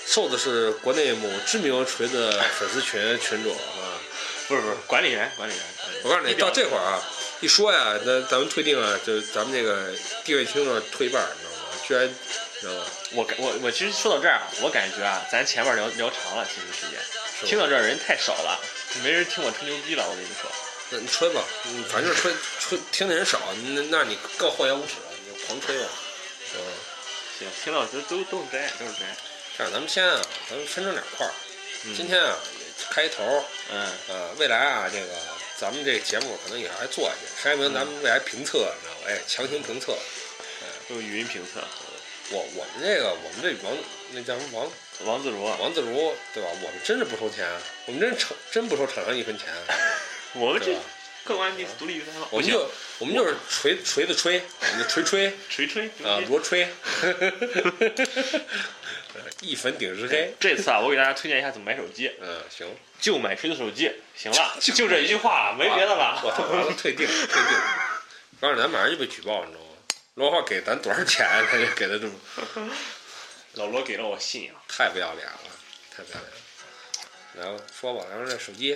Speaker 1: 瘦子是国内某知名锤子粉丝群群主啊。
Speaker 2: 不是不是，管理员管理员。
Speaker 1: 我告诉你，
Speaker 2: 低调
Speaker 1: 到这会儿啊，一说呀，那咱们退订啊，就是咱们这个地位听众退一半儿，你知道吗？居然，你知道吗？
Speaker 2: 我感我我其实说到这儿啊，我感觉啊，咱前面聊聊长了，其实时间，
Speaker 1: 吗
Speaker 2: 听到这儿人太少了，没人听我吹牛逼了，我跟你说。
Speaker 1: 那你吹吧，你反正吹吹听的人少，那那你更厚颜无耻了，你就狂吹吧。嗯，
Speaker 2: 行，听到这都都是这样，都是这样。
Speaker 1: 这样咱们先啊，咱们分成两块儿。
Speaker 2: 嗯
Speaker 1: 今天啊，也开一头儿，
Speaker 2: 嗯，
Speaker 1: 呃，未来啊，这个咱们这节目可能也还做下去，还有没有咱
Speaker 2: 嗯
Speaker 1: 们未来评测，你知道吧？哎，强行评测。
Speaker 2: 用语音评测，
Speaker 1: 我我们这个，我们这王那叫什么王
Speaker 2: 王自如啊，
Speaker 1: 王自如，对吧？我们真是不收钱，啊我们真成真不收厂商一分钱，
Speaker 2: 我们
Speaker 1: 对
Speaker 2: 这
Speaker 1: 吧？
Speaker 2: 客观第独立于三方，
Speaker 1: 我
Speaker 2: 不
Speaker 1: 们
Speaker 2: 行，
Speaker 1: 就我们就是锤锤子吹，我们就锤吹
Speaker 2: 锤吹
Speaker 1: 啊，
Speaker 2: 牛逼
Speaker 1: 罗吹， 一粉顶是黑。
Speaker 2: 这次啊，我给大家推荐一下怎么买手机，
Speaker 1: 嗯，行，
Speaker 2: 就买锤子手机，行了， 就这一句话，没别的
Speaker 1: 我
Speaker 2: 了。
Speaker 1: 操，完了退订退订，告诉你咱马上就被举报，你知道吗？罗浩给咱多少钱，他就给他这么
Speaker 2: 老罗给了我信仰，
Speaker 1: 太不要脸了，太不要脸了。然后说吧，然后这手机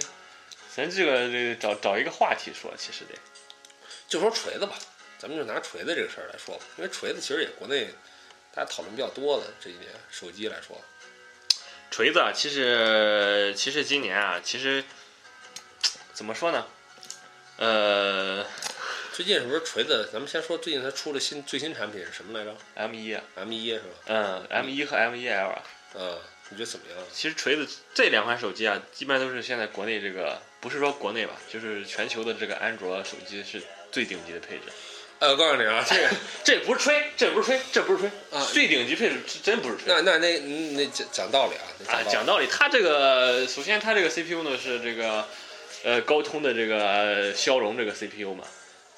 Speaker 2: 咱这个这个找找一个话题说，其实得，
Speaker 1: 就说锤子吧，咱们就拿锤子这个事儿来说吧，因为锤子其实也国内大家讨论比较多的这一年，手机来说，
Speaker 2: 锤子啊，其实其实今年啊，其实怎么说呢？呃
Speaker 1: 最近是不是锤子？咱们先说最近它出了新最新产品是什么来着
Speaker 2: ，M 一，
Speaker 1: ？M 一是吧？
Speaker 2: 嗯，M 一和 M 一 L 啊，
Speaker 1: 嗯，你觉得怎么样？
Speaker 2: 其实锤子这两款手机啊，基本上都是现在国内这个，不是说国内吧，就是全球的这个安卓手机是最顶级的配置。
Speaker 1: 呃，我告诉你啊，这个
Speaker 2: 这不是吹，这不是吹，这不是吹，
Speaker 1: 啊
Speaker 2: 最顶级配置是真不是吹。
Speaker 1: 那那那那讲讲道理啊，那
Speaker 2: 啊，
Speaker 1: 讲道
Speaker 2: 讲
Speaker 1: 理
Speaker 2: 道理，它这个首先它这个 CPU 呢是这个，呃，高通的这个呃骁龙这个 CPU 嘛，呃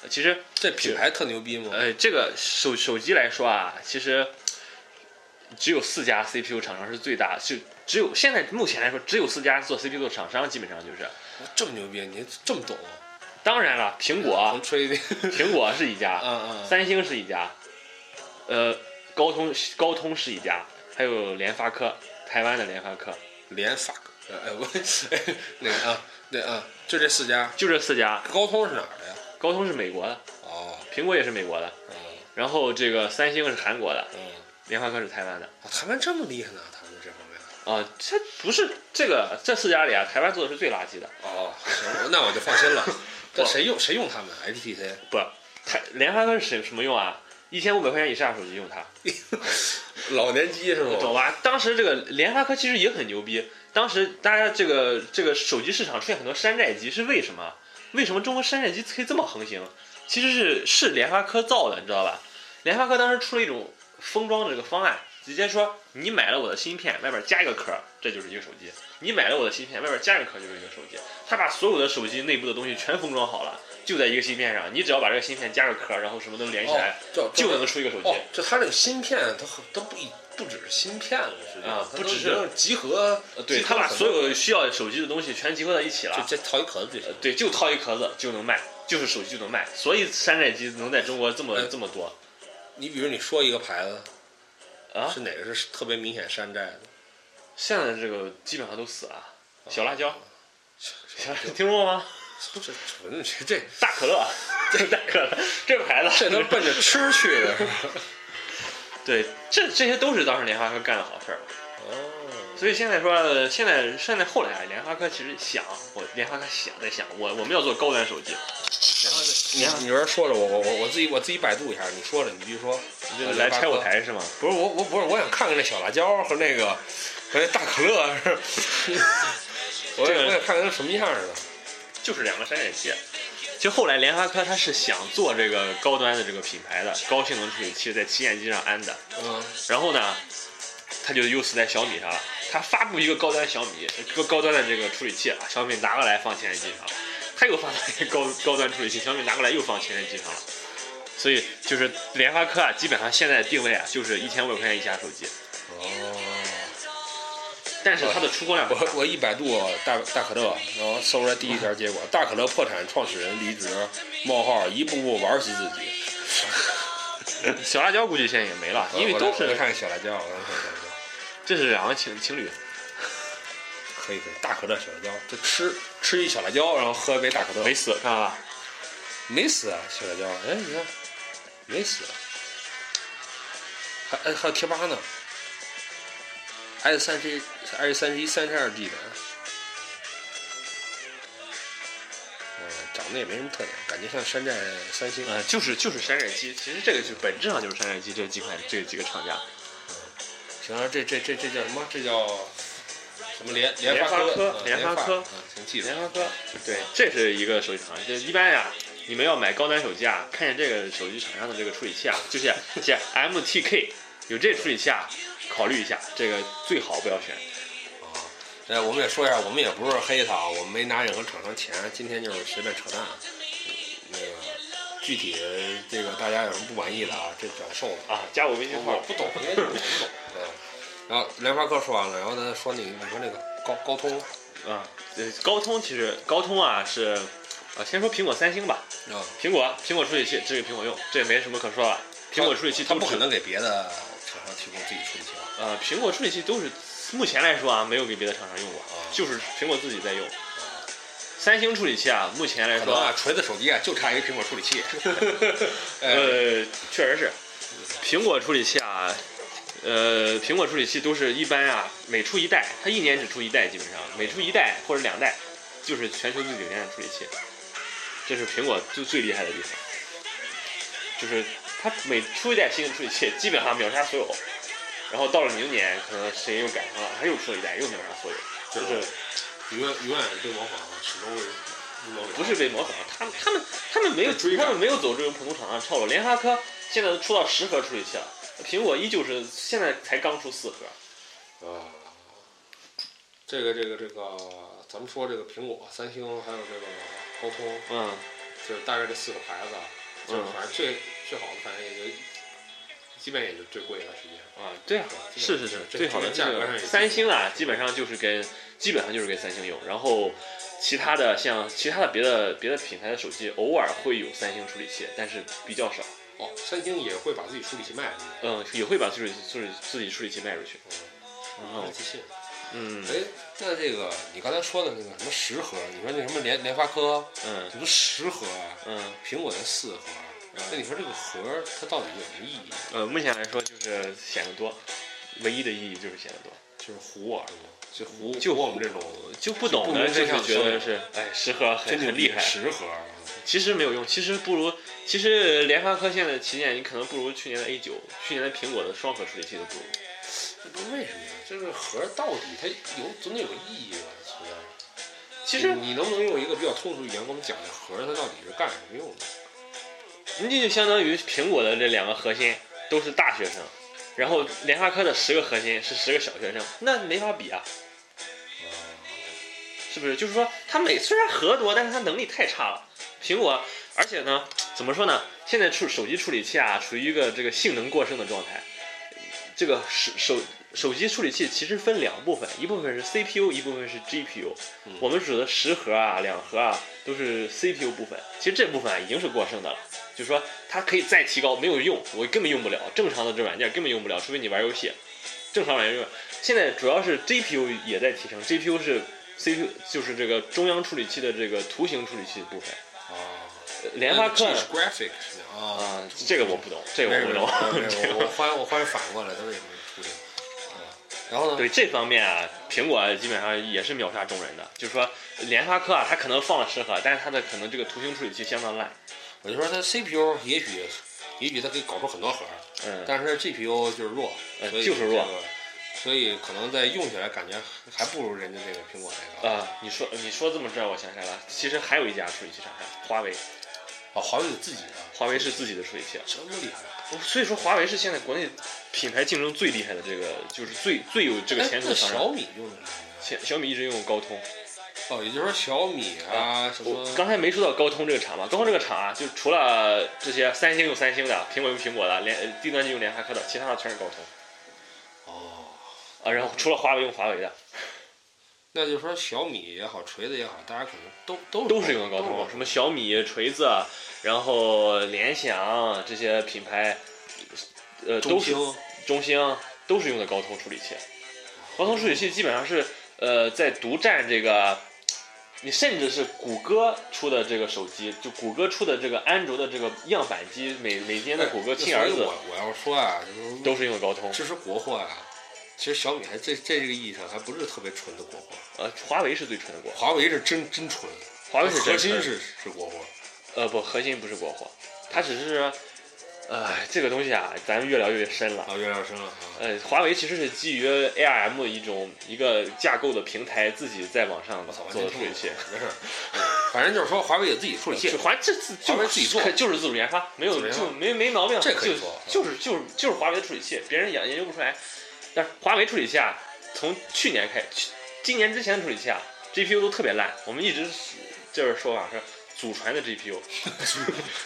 Speaker 2: 其实
Speaker 1: 这品牌特牛逼吗？
Speaker 2: 呃，这个手手机来说啊，其实只有四家 CPU 厂商是最大，就只有现在目前来说，只有四家做 CPU 的厂商，基本上就是。
Speaker 1: 这么牛逼，你这么懂？
Speaker 2: 当然了，苹果
Speaker 1: 能吹的，
Speaker 2: 苹果是一
Speaker 1: 啊
Speaker 2: 家，
Speaker 1: 啊，
Speaker 2: 三星是一家，呃，高通高通是一家，还有联发科，台湾的联发科，
Speaker 1: 联发科，呃哎我哎那个啊，对啊，就这四家，
Speaker 2: 就这四家。
Speaker 1: 高通是哪儿的呀？
Speaker 2: 高通是美国的，
Speaker 1: 哦，
Speaker 2: 苹果也是美国的，
Speaker 1: 嗯
Speaker 2: 然后这个三星是韩国的，
Speaker 1: 嗯，
Speaker 2: 联发科是台湾的。
Speaker 1: 哦台湾这么厉害呢？他们这方面。
Speaker 2: 啊、这不是这个这四家里啊，台湾做的是最垃圾的。
Speaker 1: 哦，行，那我就放 心了。这谁用谁用他们啊 HTC？
Speaker 2: 不，台联发科是什什么用啊？一千五百块钱以上手机用它，
Speaker 1: 老年机是
Speaker 2: 懂
Speaker 1: 吗？
Speaker 2: 吧？当时这个联发科其实也很牛逼，当时大家这个这个手机市场出现很多山寨机是为什么？为什么中国山寨机可以这么横行？其实是是联发科造的，你知道吧？联发科当时出了一种封装的这个方案，直接说你买了我的芯片，外边加一个壳，这就是一个手机；你买了我的芯片，外边加一个壳就是一个手机。他把所有的手机内部的东西全封装好了，就在一个芯片上，你只要把这个芯片加个壳，然后什么都连起来，
Speaker 1: 就
Speaker 2: 就能出一个手机。
Speaker 1: 哦，就它这个芯片，它很它不一不只是芯片了，实际上
Speaker 2: 啊
Speaker 1: 它
Speaker 2: 不
Speaker 1: 都
Speaker 2: 只
Speaker 1: 已
Speaker 2: 是
Speaker 1: 经集合，
Speaker 2: 呃对，
Speaker 1: 集合
Speaker 2: 他把
Speaker 1: 很
Speaker 2: 所
Speaker 1: 多
Speaker 2: 有需要手机的东西全集合在一起
Speaker 1: 就
Speaker 2: 了，
Speaker 1: 这套一壳子就行。
Speaker 2: 对，就套一壳子就能卖，就是手机就能卖，所以山寨机能在中国这么、
Speaker 1: 哎
Speaker 2: 这么多
Speaker 1: 你比如你说一个牌子，
Speaker 2: 啊！
Speaker 1: 是哪个是特别明显山寨的？
Speaker 2: 现在这个基本上都死了，
Speaker 1: 哦
Speaker 2: 小辣椒，
Speaker 1: 这
Speaker 2: 小 听说过吗？
Speaker 1: 这这这
Speaker 2: 大可 乐，这大可乐这牌子，
Speaker 1: 这都奔着吃去的。
Speaker 2: 对，这这些都是当时联发科干的好事儿。
Speaker 1: 哦，
Speaker 2: 所以现在说，呃现在现在后来啊，联发科其实想，我联发科想在想，我我们要做高端手机，然后
Speaker 1: 你你这说着我我我我自己我自己百度一下，你说着你继续说。
Speaker 2: 这来拆我台是吗？
Speaker 1: 不呃是我我不是我想看看那小辣椒和那个和那大可乐 是，我
Speaker 2: 这个
Speaker 1: 想我想看看它什么样儿的。
Speaker 2: 就是两个山寨机。其实后来联发科它是想做这个高端的这个品牌的高性能处理器，在旗舰机上安的。
Speaker 1: 嗯，
Speaker 2: 然后呢，它就又死在小米上了。它发布一个高端小米，一个高端的这个处理器啊，小米拿过来放旗舰机上了。它又发布一个高高端处理器，小米拿过来又放旗舰机上了。所以就是联发科啊，基本上现在的定位啊，就是一千五百块钱以下手机，
Speaker 1: 哦，
Speaker 2: 但是它的出货量很大
Speaker 1: 我我一百度大大可乐，然后搜出来第一条结果：大可乐破产，创始人离职，冒号一步步玩死自己。
Speaker 2: 小辣椒估计现在也没了，因为都
Speaker 1: 我来
Speaker 2: 是
Speaker 1: 看看小辣椒，我来看看小辣椒。
Speaker 2: 这是两个情情侣，
Speaker 1: 可以可以，大可乐小辣椒，就吃吃一小辣椒，然后喝一杯大可乐，
Speaker 2: 没死，看到吧？
Speaker 1: 没死啊，小辣椒，哎你看，没死，啊还哎还有贴吧呢，S 三十 S 三十一三十二 G 的，嗯长得也没什么特点，感觉像山寨三星。
Speaker 2: 呃，就是就是山寨机，其实这个就本质上就是山寨机这几款这几个厂家，
Speaker 1: 行了，这这这这叫什么？这叫什么联
Speaker 2: 联
Speaker 1: 发
Speaker 2: 发科
Speaker 1: 嗯
Speaker 2: 联
Speaker 1: 联
Speaker 2: 发科
Speaker 1: 嗯，行记住。
Speaker 2: 联发科，对，这是一个手机厂商。就是一般呀，你们要买高端手机啊，看见这个手机厂商的这个处理器啊，就是写 MTK，有这处理器啊，考虑一下，这个最好不要选。
Speaker 1: 哎，我们也说一下，我们也不是黑他，啊，我们没拿任何厂商钱，今天就是随便扯淡。那个具体这个大家有什么不满意的啊，这转售了。
Speaker 2: 啊，加我微信
Speaker 1: 我
Speaker 2: 号，
Speaker 1: 不懂，因为我不 懂。对。然后联发科说完了，然后呢说你你说那个高高通
Speaker 2: 啊，呃高通其实高通啊是，啊先说苹果、三星吧，
Speaker 1: 啊，
Speaker 2: 苹果苹果处理器只给苹果用，这也没什么可说了。苹果处理器
Speaker 1: 他
Speaker 2: 都
Speaker 1: 不可
Speaker 2: 只
Speaker 1: 能给别的厂商提供自己处理器吧？
Speaker 2: 呃苹果处理器都是目前来说啊没有给别的厂商用过，
Speaker 1: 啊
Speaker 2: 就是苹果自己在用。三星处理器啊，目前来
Speaker 1: 可
Speaker 2: 说
Speaker 1: 能啊，锤子手机啊就差一个苹果处理器。 哎，
Speaker 2: 呃，确实是，苹果处理器啊，呃，苹果处理器都是一般啊，每出一代，它一年只出一代，基本上每出一代或者两代，就是全球最顶尖的处理器，这是苹果最最厉害的地方，就是它每出一代新的处理器，基本上秒杀所有，然后到了明年，可能谁又赶上了，它又出了一代，又秒杀所有，就是
Speaker 1: 永远永远被模仿，始终不模仿
Speaker 2: 不是被模仿，他们他们他们没有
Speaker 1: 追赶
Speaker 2: 他们没有走这种普通啊厂商套路。联发科现在都出到十核处理器了，苹果依旧是现在才刚出四核。
Speaker 1: 啊，这个这个这个，咱们说这个苹果、三星还有这个高通，
Speaker 2: 嗯
Speaker 1: 就是大概这四个牌子啊，就是反正最、最好的，反正也就基本也就最贵了，时间。
Speaker 2: 啊，对啊，
Speaker 1: 这个
Speaker 2: 是是是，
Speaker 1: 这
Speaker 2: 最好的
Speaker 1: 这个价格上也
Speaker 2: 这个
Speaker 1: 是
Speaker 2: 三星啊，基本上就是跟基本上就是跟三星用，然后其他的像其他的别的别的品牌的手机偶尔会有三星处理器，但是比较少。
Speaker 1: 哦，三星也会把自己处理器卖了，
Speaker 2: 嗯，也会把自己自己自己处理器卖出去。
Speaker 1: 嗯，
Speaker 2: 哦
Speaker 1: 卖机器。
Speaker 2: 嗯
Speaker 1: 哎，那这个你刚才说的那个什么十核，你说那什么联联发科，
Speaker 2: 嗯
Speaker 1: 这不十核啊，
Speaker 2: 嗯。
Speaker 1: 苹果才四核，啊那你说这个核它到底有什么意义？啊
Speaker 2: 呃，目前来说就是显得多，唯一的意义就是显得多。
Speaker 1: 就是唬我是吗？就唬
Speaker 2: 就
Speaker 1: 唬我们这种
Speaker 2: 就不懂
Speaker 1: 就不
Speaker 2: 的
Speaker 1: 能
Speaker 2: 就
Speaker 1: 这
Speaker 2: 是
Speaker 1: 样
Speaker 2: 觉得是，哎，十核很
Speaker 1: 真
Speaker 2: 很厉害。
Speaker 1: 十核。
Speaker 2: 其实没有用，其实不如，其实联发科现在的旗舰，你可能不如去年的 A 九，去年的苹果的双核处理器都不如。
Speaker 1: 这都为什么呀？这个核到底它有总得有个意义吧？存在。
Speaker 2: 其实
Speaker 1: 你你能不能用一个比较通俗的语言给我们讲讲核它到底是干什么用的？
Speaker 2: 那就相当于苹果的这两个核心都是大学生，然后联发科的十个核心是十个小学生，那没法比啊。是不是？就是说，它每虽然核多，但是它能力太差了。苹果，而且呢，怎么说呢？现在处手机处理器啊，处于一个这个性能过剩的状态。这个手手手机处理器其实分两部分，一部分是 CPU，一部分是 GPU。
Speaker 1: 嗯
Speaker 2: 我们指的十核啊、两核啊，都是 CPU 部分。其实这部分啊已经是过剩的了，就是说它可以再提高，没有用，我根本用不了。正常的这软件根本用不了，除非你玩游戏。正常玩游戏，现在主要是 GPU 也在提升，GPU 是 CPU 就是这个中央处理器的这个图形处理器部分。
Speaker 1: 啊，
Speaker 2: 呃联发科
Speaker 1: 这是 graphic 是吧
Speaker 2: 啊、
Speaker 1: 啊，
Speaker 2: 这个我不懂，这个我不懂。
Speaker 1: 没有我我忽然我忽然反应过来，它为什么出现？啊，然后呢？
Speaker 2: 对这方面啊，苹果基本上也是秒杀众人的。就是说，联发科啊，它可能放了十核，但是它的可能这个图形处理器相当烂。
Speaker 1: 我就说它 CPU 也许也许它可以搞出很多核，
Speaker 2: 嗯，
Speaker 1: 但是 GPU 就是弱，
Speaker 2: 呃
Speaker 1: 所以
Speaker 2: 就是弱
Speaker 1: 这个，所以可能在用起来感觉还不如人家那个苹果那个。
Speaker 2: 啊，你说你说这么这，我想起来了，其实还有一家处理器厂商，华为，
Speaker 1: 啊，华为有自己的，
Speaker 2: 华为是自己的处理器。啊
Speaker 1: 这么厉害？
Speaker 2: 所以说，华为是现在国内品牌竞争最厉害的这个，就是最最有这个前途
Speaker 1: 哎那
Speaker 2: 的厂商
Speaker 1: 小。米用的是什么呀？
Speaker 2: 小小米一直用高通，
Speaker 1: 哦，也就是说小米啊，什么
Speaker 2: 我刚才没说到高通这个厂嘛，高通这个厂啊，就除了这些三星用三星的，苹果用苹果的，联呃低端就用联发科的，其他的全是高通
Speaker 1: 哦，
Speaker 2: 啊。然后除了华为用华为的，
Speaker 1: 那就是说小米也好，锤子也好，大家可能都都
Speaker 2: 都是用的高
Speaker 1: 哦
Speaker 2: 通，什么小米、锤子，啊然后联想啊这些品牌，呃，
Speaker 1: 中
Speaker 2: 都是
Speaker 1: 兴
Speaker 2: 中兴都是用的高通处理器。高通处理器基本上是呃在独占这个，你甚至是谷歌出的这个手机，就谷歌出的这个安卓的这个样板机，每每年的谷歌亲儿
Speaker 1: 哎所以
Speaker 2: 子
Speaker 1: 我我要说啊，就是
Speaker 2: 都是用的高通。
Speaker 1: 支持国货啊。其实小米还这这这个意义上还不是特别纯的国货，
Speaker 2: 呃，华为是最纯的国货，
Speaker 1: 华为是真真纯，
Speaker 2: 华为是
Speaker 1: 核
Speaker 2: 真
Speaker 1: 心
Speaker 2: 喷
Speaker 1: 是是国货，
Speaker 2: 呃不，核心不是国货，它只是呃这个东西啊，咱们越聊越深了。
Speaker 1: 啊，越来越深了啊。
Speaker 2: 呃，华为其实是基于 ARM 的一种一个架构的平台，自己在网上
Speaker 1: 我操，完
Speaker 2: 做
Speaker 1: 全听
Speaker 2: 的处
Speaker 1: 不
Speaker 2: 理
Speaker 1: 懂
Speaker 2: 器。
Speaker 1: 没 事儿。反正就是说，华为有自己处理器
Speaker 2: 就，华这自
Speaker 1: 华
Speaker 2: 就
Speaker 1: 为
Speaker 2: 是
Speaker 1: 自己做
Speaker 2: 啊可就是自主研发，没
Speaker 1: 自
Speaker 2: 有
Speaker 1: 主研发
Speaker 2: 就没没毛病，
Speaker 1: 这可以啊
Speaker 2: 就
Speaker 1: 说
Speaker 2: 就是就是就是华为的处理器，别人研研究不出来。但是华为处理器啊，从去年开，去今年之前的处理器啊，GPU 都特别烂，我们一直是就是说啊法是祖传的 GPU，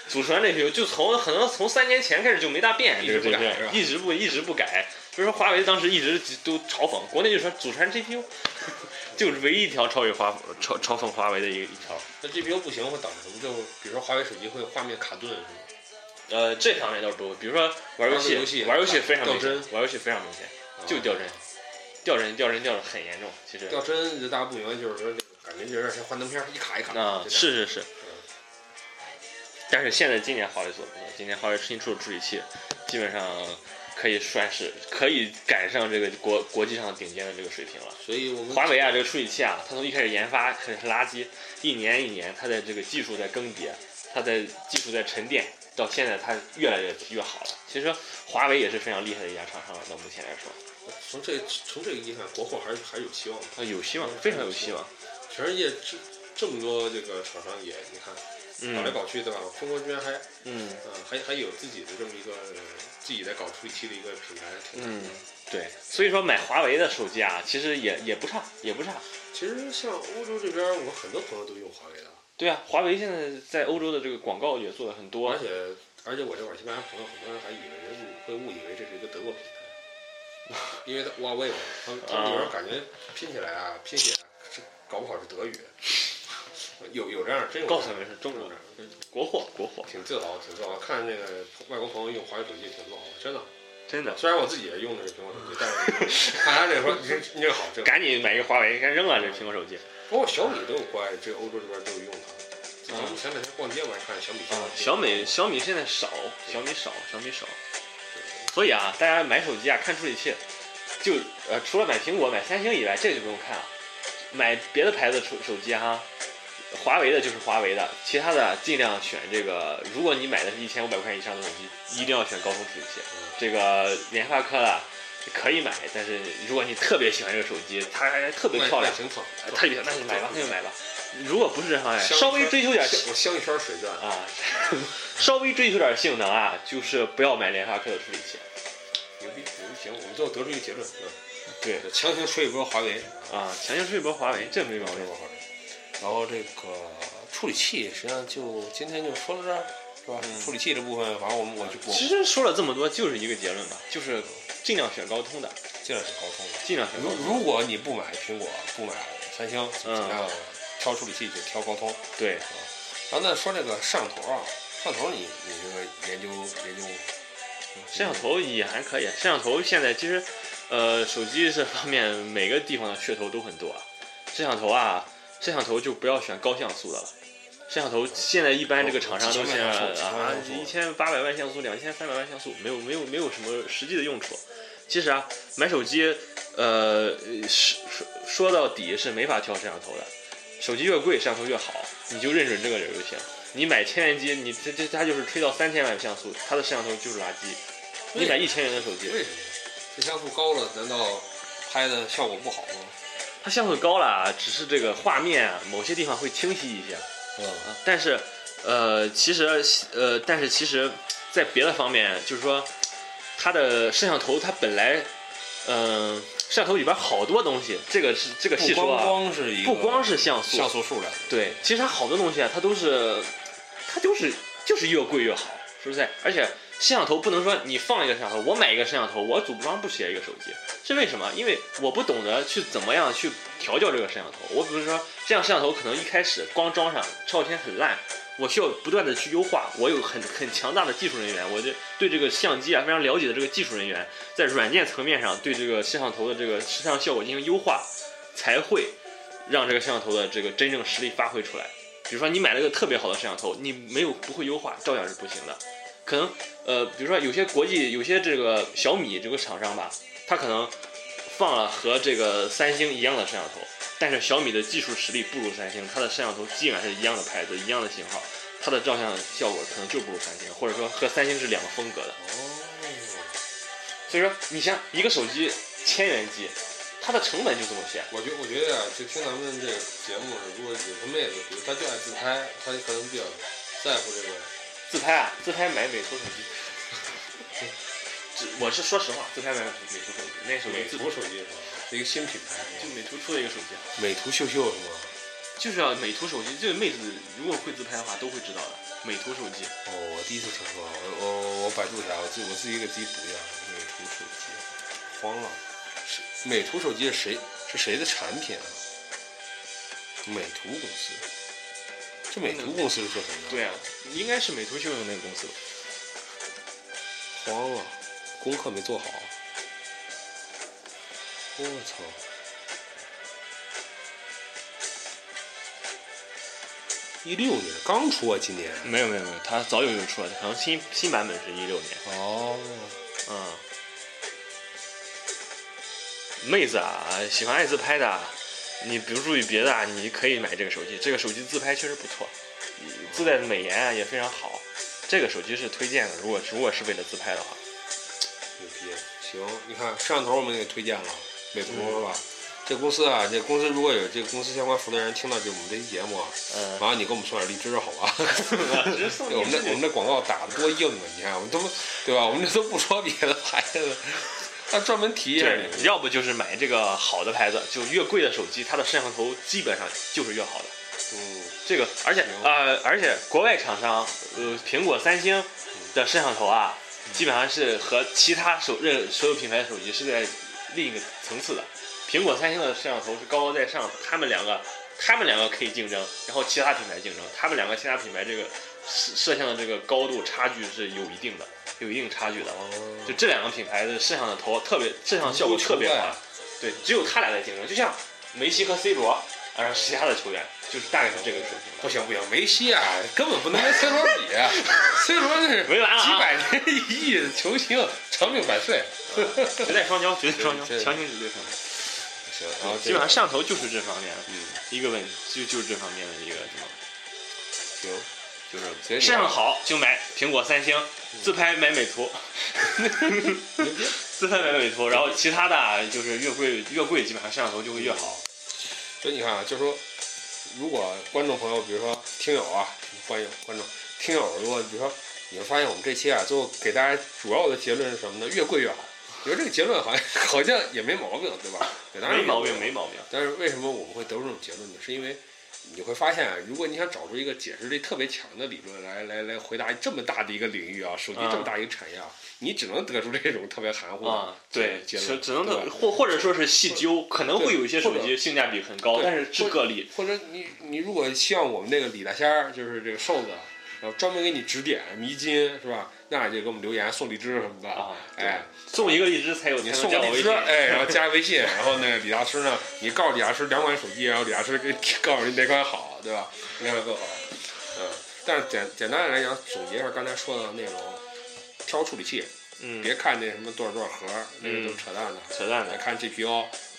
Speaker 2: 祖传 GPU 就从可能从三年前开始就没大变，
Speaker 1: 一
Speaker 2: 这
Speaker 1: 直
Speaker 2: 个
Speaker 1: 不改
Speaker 2: GPU
Speaker 1: 是吧
Speaker 2: 一直不一直不改，所以说华为当时一直都嘲讽，国内就说祖传 GPU，就是唯一一条超越华嘲嘲讽华为的一个一条。
Speaker 1: 那 GPU 不行会导致什么？就比如说华为手机会画面卡顿是吗？啊
Speaker 2: 呃，这方面倒是不会，比如说玩游
Speaker 1: 玩
Speaker 2: 戏，
Speaker 1: 游戏啊
Speaker 2: 玩游戏非常
Speaker 1: 掉
Speaker 2: 明显
Speaker 1: 帧，
Speaker 2: 玩游戏非常明显，
Speaker 1: 啊
Speaker 2: 就掉帧，掉帧掉帧掉的很严重。其实
Speaker 1: 掉帧，就大家不明白，就是说感觉就有点像幻灯片儿，一卡一卡。
Speaker 2: 啊，
Speaker 1: 就这样
Speaker 2: 是是是，但是现在今年华为做的不错，今年华为新出的处理器，基本上可以算是可以赶上这个国国际上顶尖的这个水平了。
Speaker 1: 所以我们
Speaker 2: 华为啊，这个处理器啊，它从一开始研发很很垃圾，一年一年，它的这个技术在更迭，它的技术在沉淀，到现在它越来越越好了。其实华为也是非常厉害的一家厂商了，到目前来说，
Speaker 1: 从这从这个意义上，国货还是还是有希望的。
Speaker 2: 啊，有希望，非常有希望。
Speaker 1: 全世界这这么多这个厂商也，你看搞来
Speaker 2: 嗯
Speaker 1: 搞去，对吧？中国居然还
Speaker 2: 嗯
Speaker 1: 嗯，还还有自己的这么一个呃自己在搞处理器的一个品牌，挺
Speaker 2: 嗯，对，所以说买华为的手机啊，其实也也不差，也不差。
Speaker 1: 其实像欧洲这边，我很多朋友都用华为的，
Speaker 2: 对啊，华为现在在欧洲的这个广告也做的很多
Speaker 1: 而，且而且我这会儿西班牙朋友，很多人还以为误会误以为这是一个德国品牌， 因为它华为嘛，他们他们有人感觉拼起来啊，拼写是搞不好是德语，有有这样真有这
Speaker 2: 告诉
Speaker 1: 样
Speaker 2: 你们是中国
Speaker 1: 真有这样
Speaker 2: 国货国货，
Speaker 1: 挺自豪，挺自豪。看那个外国朋友用华为手机挺自豪的，真的。
Speaker 2: 真的。
Speaker 1: 虽然我自己也用的是苹果手机，但 是看他这说，你这你这个好，这个好。
Speaker 2: 赶紧买一个华为，该扔了这苹果手机。
Speaker 1: 包括小米都有国外这个欧洲这边都有用它。自
Speaker 2: 啊
Speaker 1: 从前两天逛街我还看小米
Speaker 2: 啊，小米小米现在少，小米少，小米少。所以啊，大家买手机啊，看处理器，就呃，除了买苹果、买三星以外，这个就不用看了。买别的牌子手手机哈，华为的就是华为的，其他的尽量选这个。如果你买的是一千五百块钱以上的手机，一定要选高通处理器。这个联发科的可以买，但是如果你特别喜欢这个手机，它还特别
Speaker 1: 外
Speaker 2: 漂亮
Speaker 1: 外，形特
Speaker 2: 呃特别那就买吧，那就买吧。如果不是这方面，
Speaker 1: 香
Speaker 2: 稍微追求点
Speaker 1: 我镶一圈水钻，
Speaker 2: 啊， 稍微追求点性能啊，就是不要买联发科的处理器。
Speaker 1: 牛逼牛逼！行，我们最后得出一个结论，
Speaker 2: 对
Speaker 1: 嗯，强行吹一波华为，
Speaker 2: 啊，强行吹一波华为，这没毛
Speaker 1: 吹一
Speaker 2: 病。
Speaker 1: 波华为。然后这个处理器，实际上就今天就说到这儿，是吧？
Speaker 2: 嗯
Speaker 1: 处理器这部分，反正我们我就我
Speaker 2: 其实说了这么多，就是一个结论吧，就是尽量选高通的，
Speaker 1: 尽量是高通的。
Speaker 2: 尽量选
Speaker 1: 如
Speaker 2: 高通。
Speaker 1: 如果你不买苹果，不买三星，怎么样？挑处理器就挑高通。
Speaker 2: 对，
Speaker 1: 然后那说这个摄像头啊，摄像头你你这个研究研究，
Speaker 2: 摄像头也还可以，摄像头现在其实，呃，手机这方面每个地方的噱头都很多啊。摄像头啊，摄像头就不要选高像素的了。摄像头现在一般这个厂商都
Speaker 1: 几
Speaker 2: 是
Speaker 1: 千万像素
Speaker 2: 啊
Speaker 1: 几
Speaker 2: 一
Speaker 1: 千
Speaker 2: 千八百万像素、两千三百万像素，没有没有没有什么实际的用处。其实啊，买手机，呃，是说说到底是没法挑摄像头的。手机越贵，摄像头越好，你就认准这个人就行。你买千元机，你这这它就是吹到三千万像素，它的摄像头就是垃圾。你买一千元的手机，
Speaker 1: 为什么？这像素高了，难道拍的效果不好吗？
Speaker 2: 它像素高了啊，只是这个画面啊，某些地方会清晰一些
Speaker 1: 嗯，
Speaker 2: 啊。但是，呃，其实呃，但是其实，在别的方面，就是说，它的摄像头它本来，嗯、摄像头里边好多东西，这个是这个细
Speaker 1: 不
Speaker 2: 说
Speaker 1: 光
Speaker 2: 啊，
Speaker 1: 光是一个
Speaker 2: 不光是像素，
Speaker 1: 像素数量，
Speaker 2: 对，其实它好多东西啊，它都是，它就是就是越贵越好，是不是？而且摄像头不能说你放一个摄像头，我买一个摄像头，我组装不起来一个手机，是为什么？因为我不懂得去怎么样去调教这个摄像头。我比如说，这样摄像头可能一开始光装上照片很烂，我需要不断的去优化。我有很很强大的技术人员，我这对这个相机啊非常了解的这个技术人员，在软件层面上对这个摄像头的这个摄像效果进行优化，才会让这个摄像头的这个真正实力发挥出来。比如说你买了一个特别好的摄像头，你没有不会优化，照样是不行的。可能呃，比如说有些国际有些这个小米这个厂商吧，它可能放了和这个三星一样的摄像头，但是小米的技术实力不如三星，它的摄像头尽管是一样的牌子、一样的型号，它的照相效果可能就不如三星，或者说和三星是两个风格的。
Speaker 1: 哦，
Speaker 2: 所以说，你像一个手机千元机，它的成本就这么些。
Speaker 1: 我觉我觉得啊，就听咱们这个节目，如果有些妹子，比如她就爱自拍，她可能比较在乎这个。
Speaker 2: 自拍啊，自拍买美图手机。 只我是说实话，自拍买美图手机，那时候
Speaker 1: 美
Speaker 2: 自
Speaker 1: 图手机是吧？一个新品牌，
Speaker 2: 就美图出了一个手机，啊
Speaker 1: 美图秀秀是吗？
Speaker 2: 就是要美图手机，这个妹子如果会自拍的话都会知道的。美图手机，
Speaker 1: 哦，我第一次听说，我我我百度一下，我自己我自己给自己补一下，美图手机，慌了，是美图手机是谁是谁的产品啊？美图公司，这美图公司是做什么的？
Speaker 2: 对啊，应该是美图秀秀那个公司吧？
Speaker 1: 慌了，啊功课没做好。我操！一六年刚出啊，今年。
Speaker 2: 没有没有没有，它早有就出了，可能新新版本是一六年。
Speaker 1: 哦，
Speaker 2: 嗯，妹子啊，喜欢爱自拍的，啊你不注意别的啊，你可以买这个手机。这个手机自拍确实不错，自带的美颜啊也非常好。这个手机是推荐的，如果如果是为了自拍的话，
Speaker 1: 牛逼！行，你看摄像头我们给推荐了，美图是吧？这公司啊，这公司如果有这公司相关负责人听到这我们这期节目啊，
Speaker 2: 嗯，
Speaker 1: 麻烦你给我们送点荔枝好吧？
Speaker 2: 直接 送
Speaker 1: 对我们这我们这广告打的多硬啊！你看，我们都对吧？我们这都不说别的牌子，还专门提一下
Speaker 2: 对
Speaker 1: 你，。
Speaker 2: 要不就是买这个好的牌子，就越贵的手机，它的摄像头基本上就是越好的。
Speaker 1: 嗯，
Speaker 2: 这个，而且呃，而且国外厂商，呃，苹果、三星的摄像头啊，基本上是和其他手任所有品牌的手机是在另一个层次的。苹果、三星的摄像头是高高在上的，他们两个，他们两个可以竞争，然后其他品牌竞争，他们两个其他品牌这个摄摄像的这个高度差距是有一定的，有一定差距的。
Speaker 1: 哦
Speaker 2: 就这两个品牌的摄像的头特别，摄像效果特别
Speaker 1: 啊
Speaker 2: 好，对，只有他俩在竞争，就像梅西和 C 罗，然后其他的球员就是大概是这个水平
Speaker 1: 不行不行，梅西啊，根本不能跟 C 罗比，C 罗那是
Speaker 2: 的。没完了
Speaker 1: 几
Speaker 2: 啊！
Speaker 1: 百年一亿的球星，长命百岁。
Speaker 2: 绝代双骄，绝代双骄，
Speaker 1: 对
Speaker 2: 强行绝对双骄。
Speaker 1: 行，然后这
Speaker 2: 基本
Speaker 1: 个
Speaker 2: 上摄像头就是这方面
Speaker 1: 嗯，
Speaker 2: 一个问题，就就是这方面的一个什么，
Speaker 1: 行，
Speaker 2: 就
Speaker 1: 所以你
Speaker 2: 是摄像好就买苹果、三星，
Speaker 1: 嗯
Speaker 2: 自拍买美 图，自拍买美图，然后其他的啊就是越贵越贵，基本上摄像头就会越好。
Speaker 1: 所以你看啊，就是说，如果观众朋友，比如说听友啊，欢迎观众听友，如果比如说你会发现我们这期啊，最后给大家主要的结论是什么呢？越贵越好。觉得这个结论好像好像也没毛病，对吧？对，当然
Speaker 2: 没
Speaker 1: 也
Speaker 2: 毛病，没毛病。
Speaker 1: 但是为什么我们会得出这种结论呢？是因为你会发现啊，如果你想找出一个解释力特别强的理论来来来回答这么大的一个领域啊，手机
Speaker 2: 啊
Speaker 1: 这么大一个产业啊，你只能得出这种特别含糊的。
Speaker 2: 啊，对，
Speaker 1: 结
Speaker 2: 只
Speaker 1: 论
Speaker 2: 只能
Speaker 1: 嗯对吧
Speaker 2: 等或或者说是细究，可能会有一些手
Speaker 1: 或
Speaker 2: 机性价比很高，
Speaker 1: 对
Speaker 2: 但是是
Speaker 1: 或
Speaker 2: 个例。
Speaker 1: 或者你你如果像我们那个李大仙儿，就是这个瘦子，啊然后专门给你指点迷津，是吧？那你就给我们留言送荔枝什么的。
Speaker 2: 啊，对
Speaker 1: 哎，
Speaker 2: 送一个荔枝才有才
Speaker 1: 你
Speaker 2: 能
Speaker 1: 送
Speaker 2: 加
Speaker 1: 个
Speaker 2: 我
Speaker 1: 荔
Speaker 2: 微
Speaker 1: 枝，
Speaker 2: 信。
Speaker 1: 哎，然后加微信，然后那个李大师呢，你告诉李大师两款手机，然后李大师给你告诉你哪款好，对吧？哪款更好？嗯，但是简简单的来讲，总结一下刚才说的内容，挑处理器，
Speaker 2: 嗯，
Speaker 1: 别看那什么多少多少核，那个都是扯淡的，
Speaker 2: 扯淡
Speaker 1: 来
Speaker 2: 的。
Speaker 1: 看 GPU，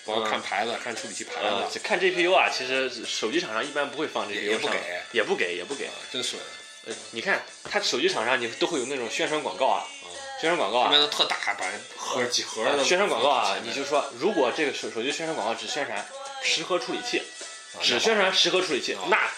Speaker 1: 包括
Speaker 2: 嗯
Speaker 1: 看牌子，看处理器牌
Speaker 2: 啊
Speaker 1: 子，，
Speaker 2: 看 GPU 啊，其实手机厂商一般不会放
Speaker 1: 也
Speaker 2: GPU
Speaker 1: 也不
Speaker 2: 上
Speaker 1: 给，嗯
Speaker 2: 来，也不给，也不给。
Speaker 1: 真损。
Speaker 2: 呃你看，它手机厂商你都会有那种宣传广告啊，
Speaker 1: 啊
Speaker 2: 宣传广告
Speaker 1: 一嗯般
Speaker 2: 啊，
Speaker 1: 都特大，把盒几盒
Speaker 2: 啊
Speaker 1: 的
Speaker 2: 宣传广告啊，你就说，如果这个手手机宣传广告只宣传十核处理器，只宣传十核处理器
Speaker 1: 啊，
Speaker 2: 那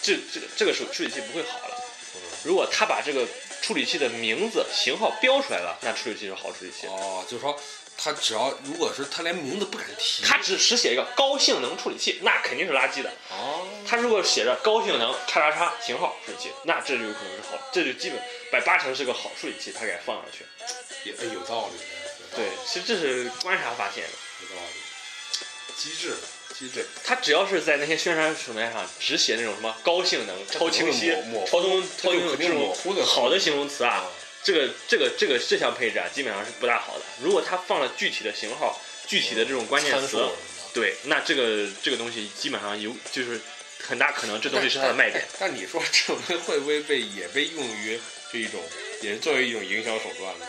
Speaker 2: 这这个这个手处理器不会好了。
Speaker 1: 嗯
Speaker 2: 如果他把这个处理器的名字、型号标出来了，那处理器就是好处理器。
Speaker 1: 哦，就是说他只要如果是他连名字不敢提
Speaker 2: 他只只写一个高性能处理器，那肯定是垃圾的。
Speaker 1: 哦，
Speaker 2: 他如果写着高性能叉叉叉型号处理器，那这就有可能是好，这就基本百八成是个好处理器，他给它放上去。
Speaker 1: 也哎有道理，有道理
Speaker 2: 对，其实这是观察发现的。
Speaker 1: 有道理，机智机智，
Speaker 2: 他只要是在那些宣传平台上只写那种什么高性能、超清晰
Speaker 1: 这肯定模模、糊
Speaker 2: 超通、
Speaker 1: 这
Speaker 2: 超
Speaker 1: 就
Speaker 2: 清楚
Speaker 1: 肯
Speaker 2: 这
Speaker 1: 定模
Speaker 2: 种
Speaker 1: 糊的
Speaker 2: 好的形容词啊，这个这个这个这项配置啊，基本上是不大好的。如果他放了具体的型号、具体的这种关键
Speaker 1: 参数
Speaker 2: 词，对，那这个这个东西基本上有就是很大可能这东西是它的卖点。。
Speaker 1: 但但但你说这种东西会不会被也被用于这一种，也是作为一种营销手段呢？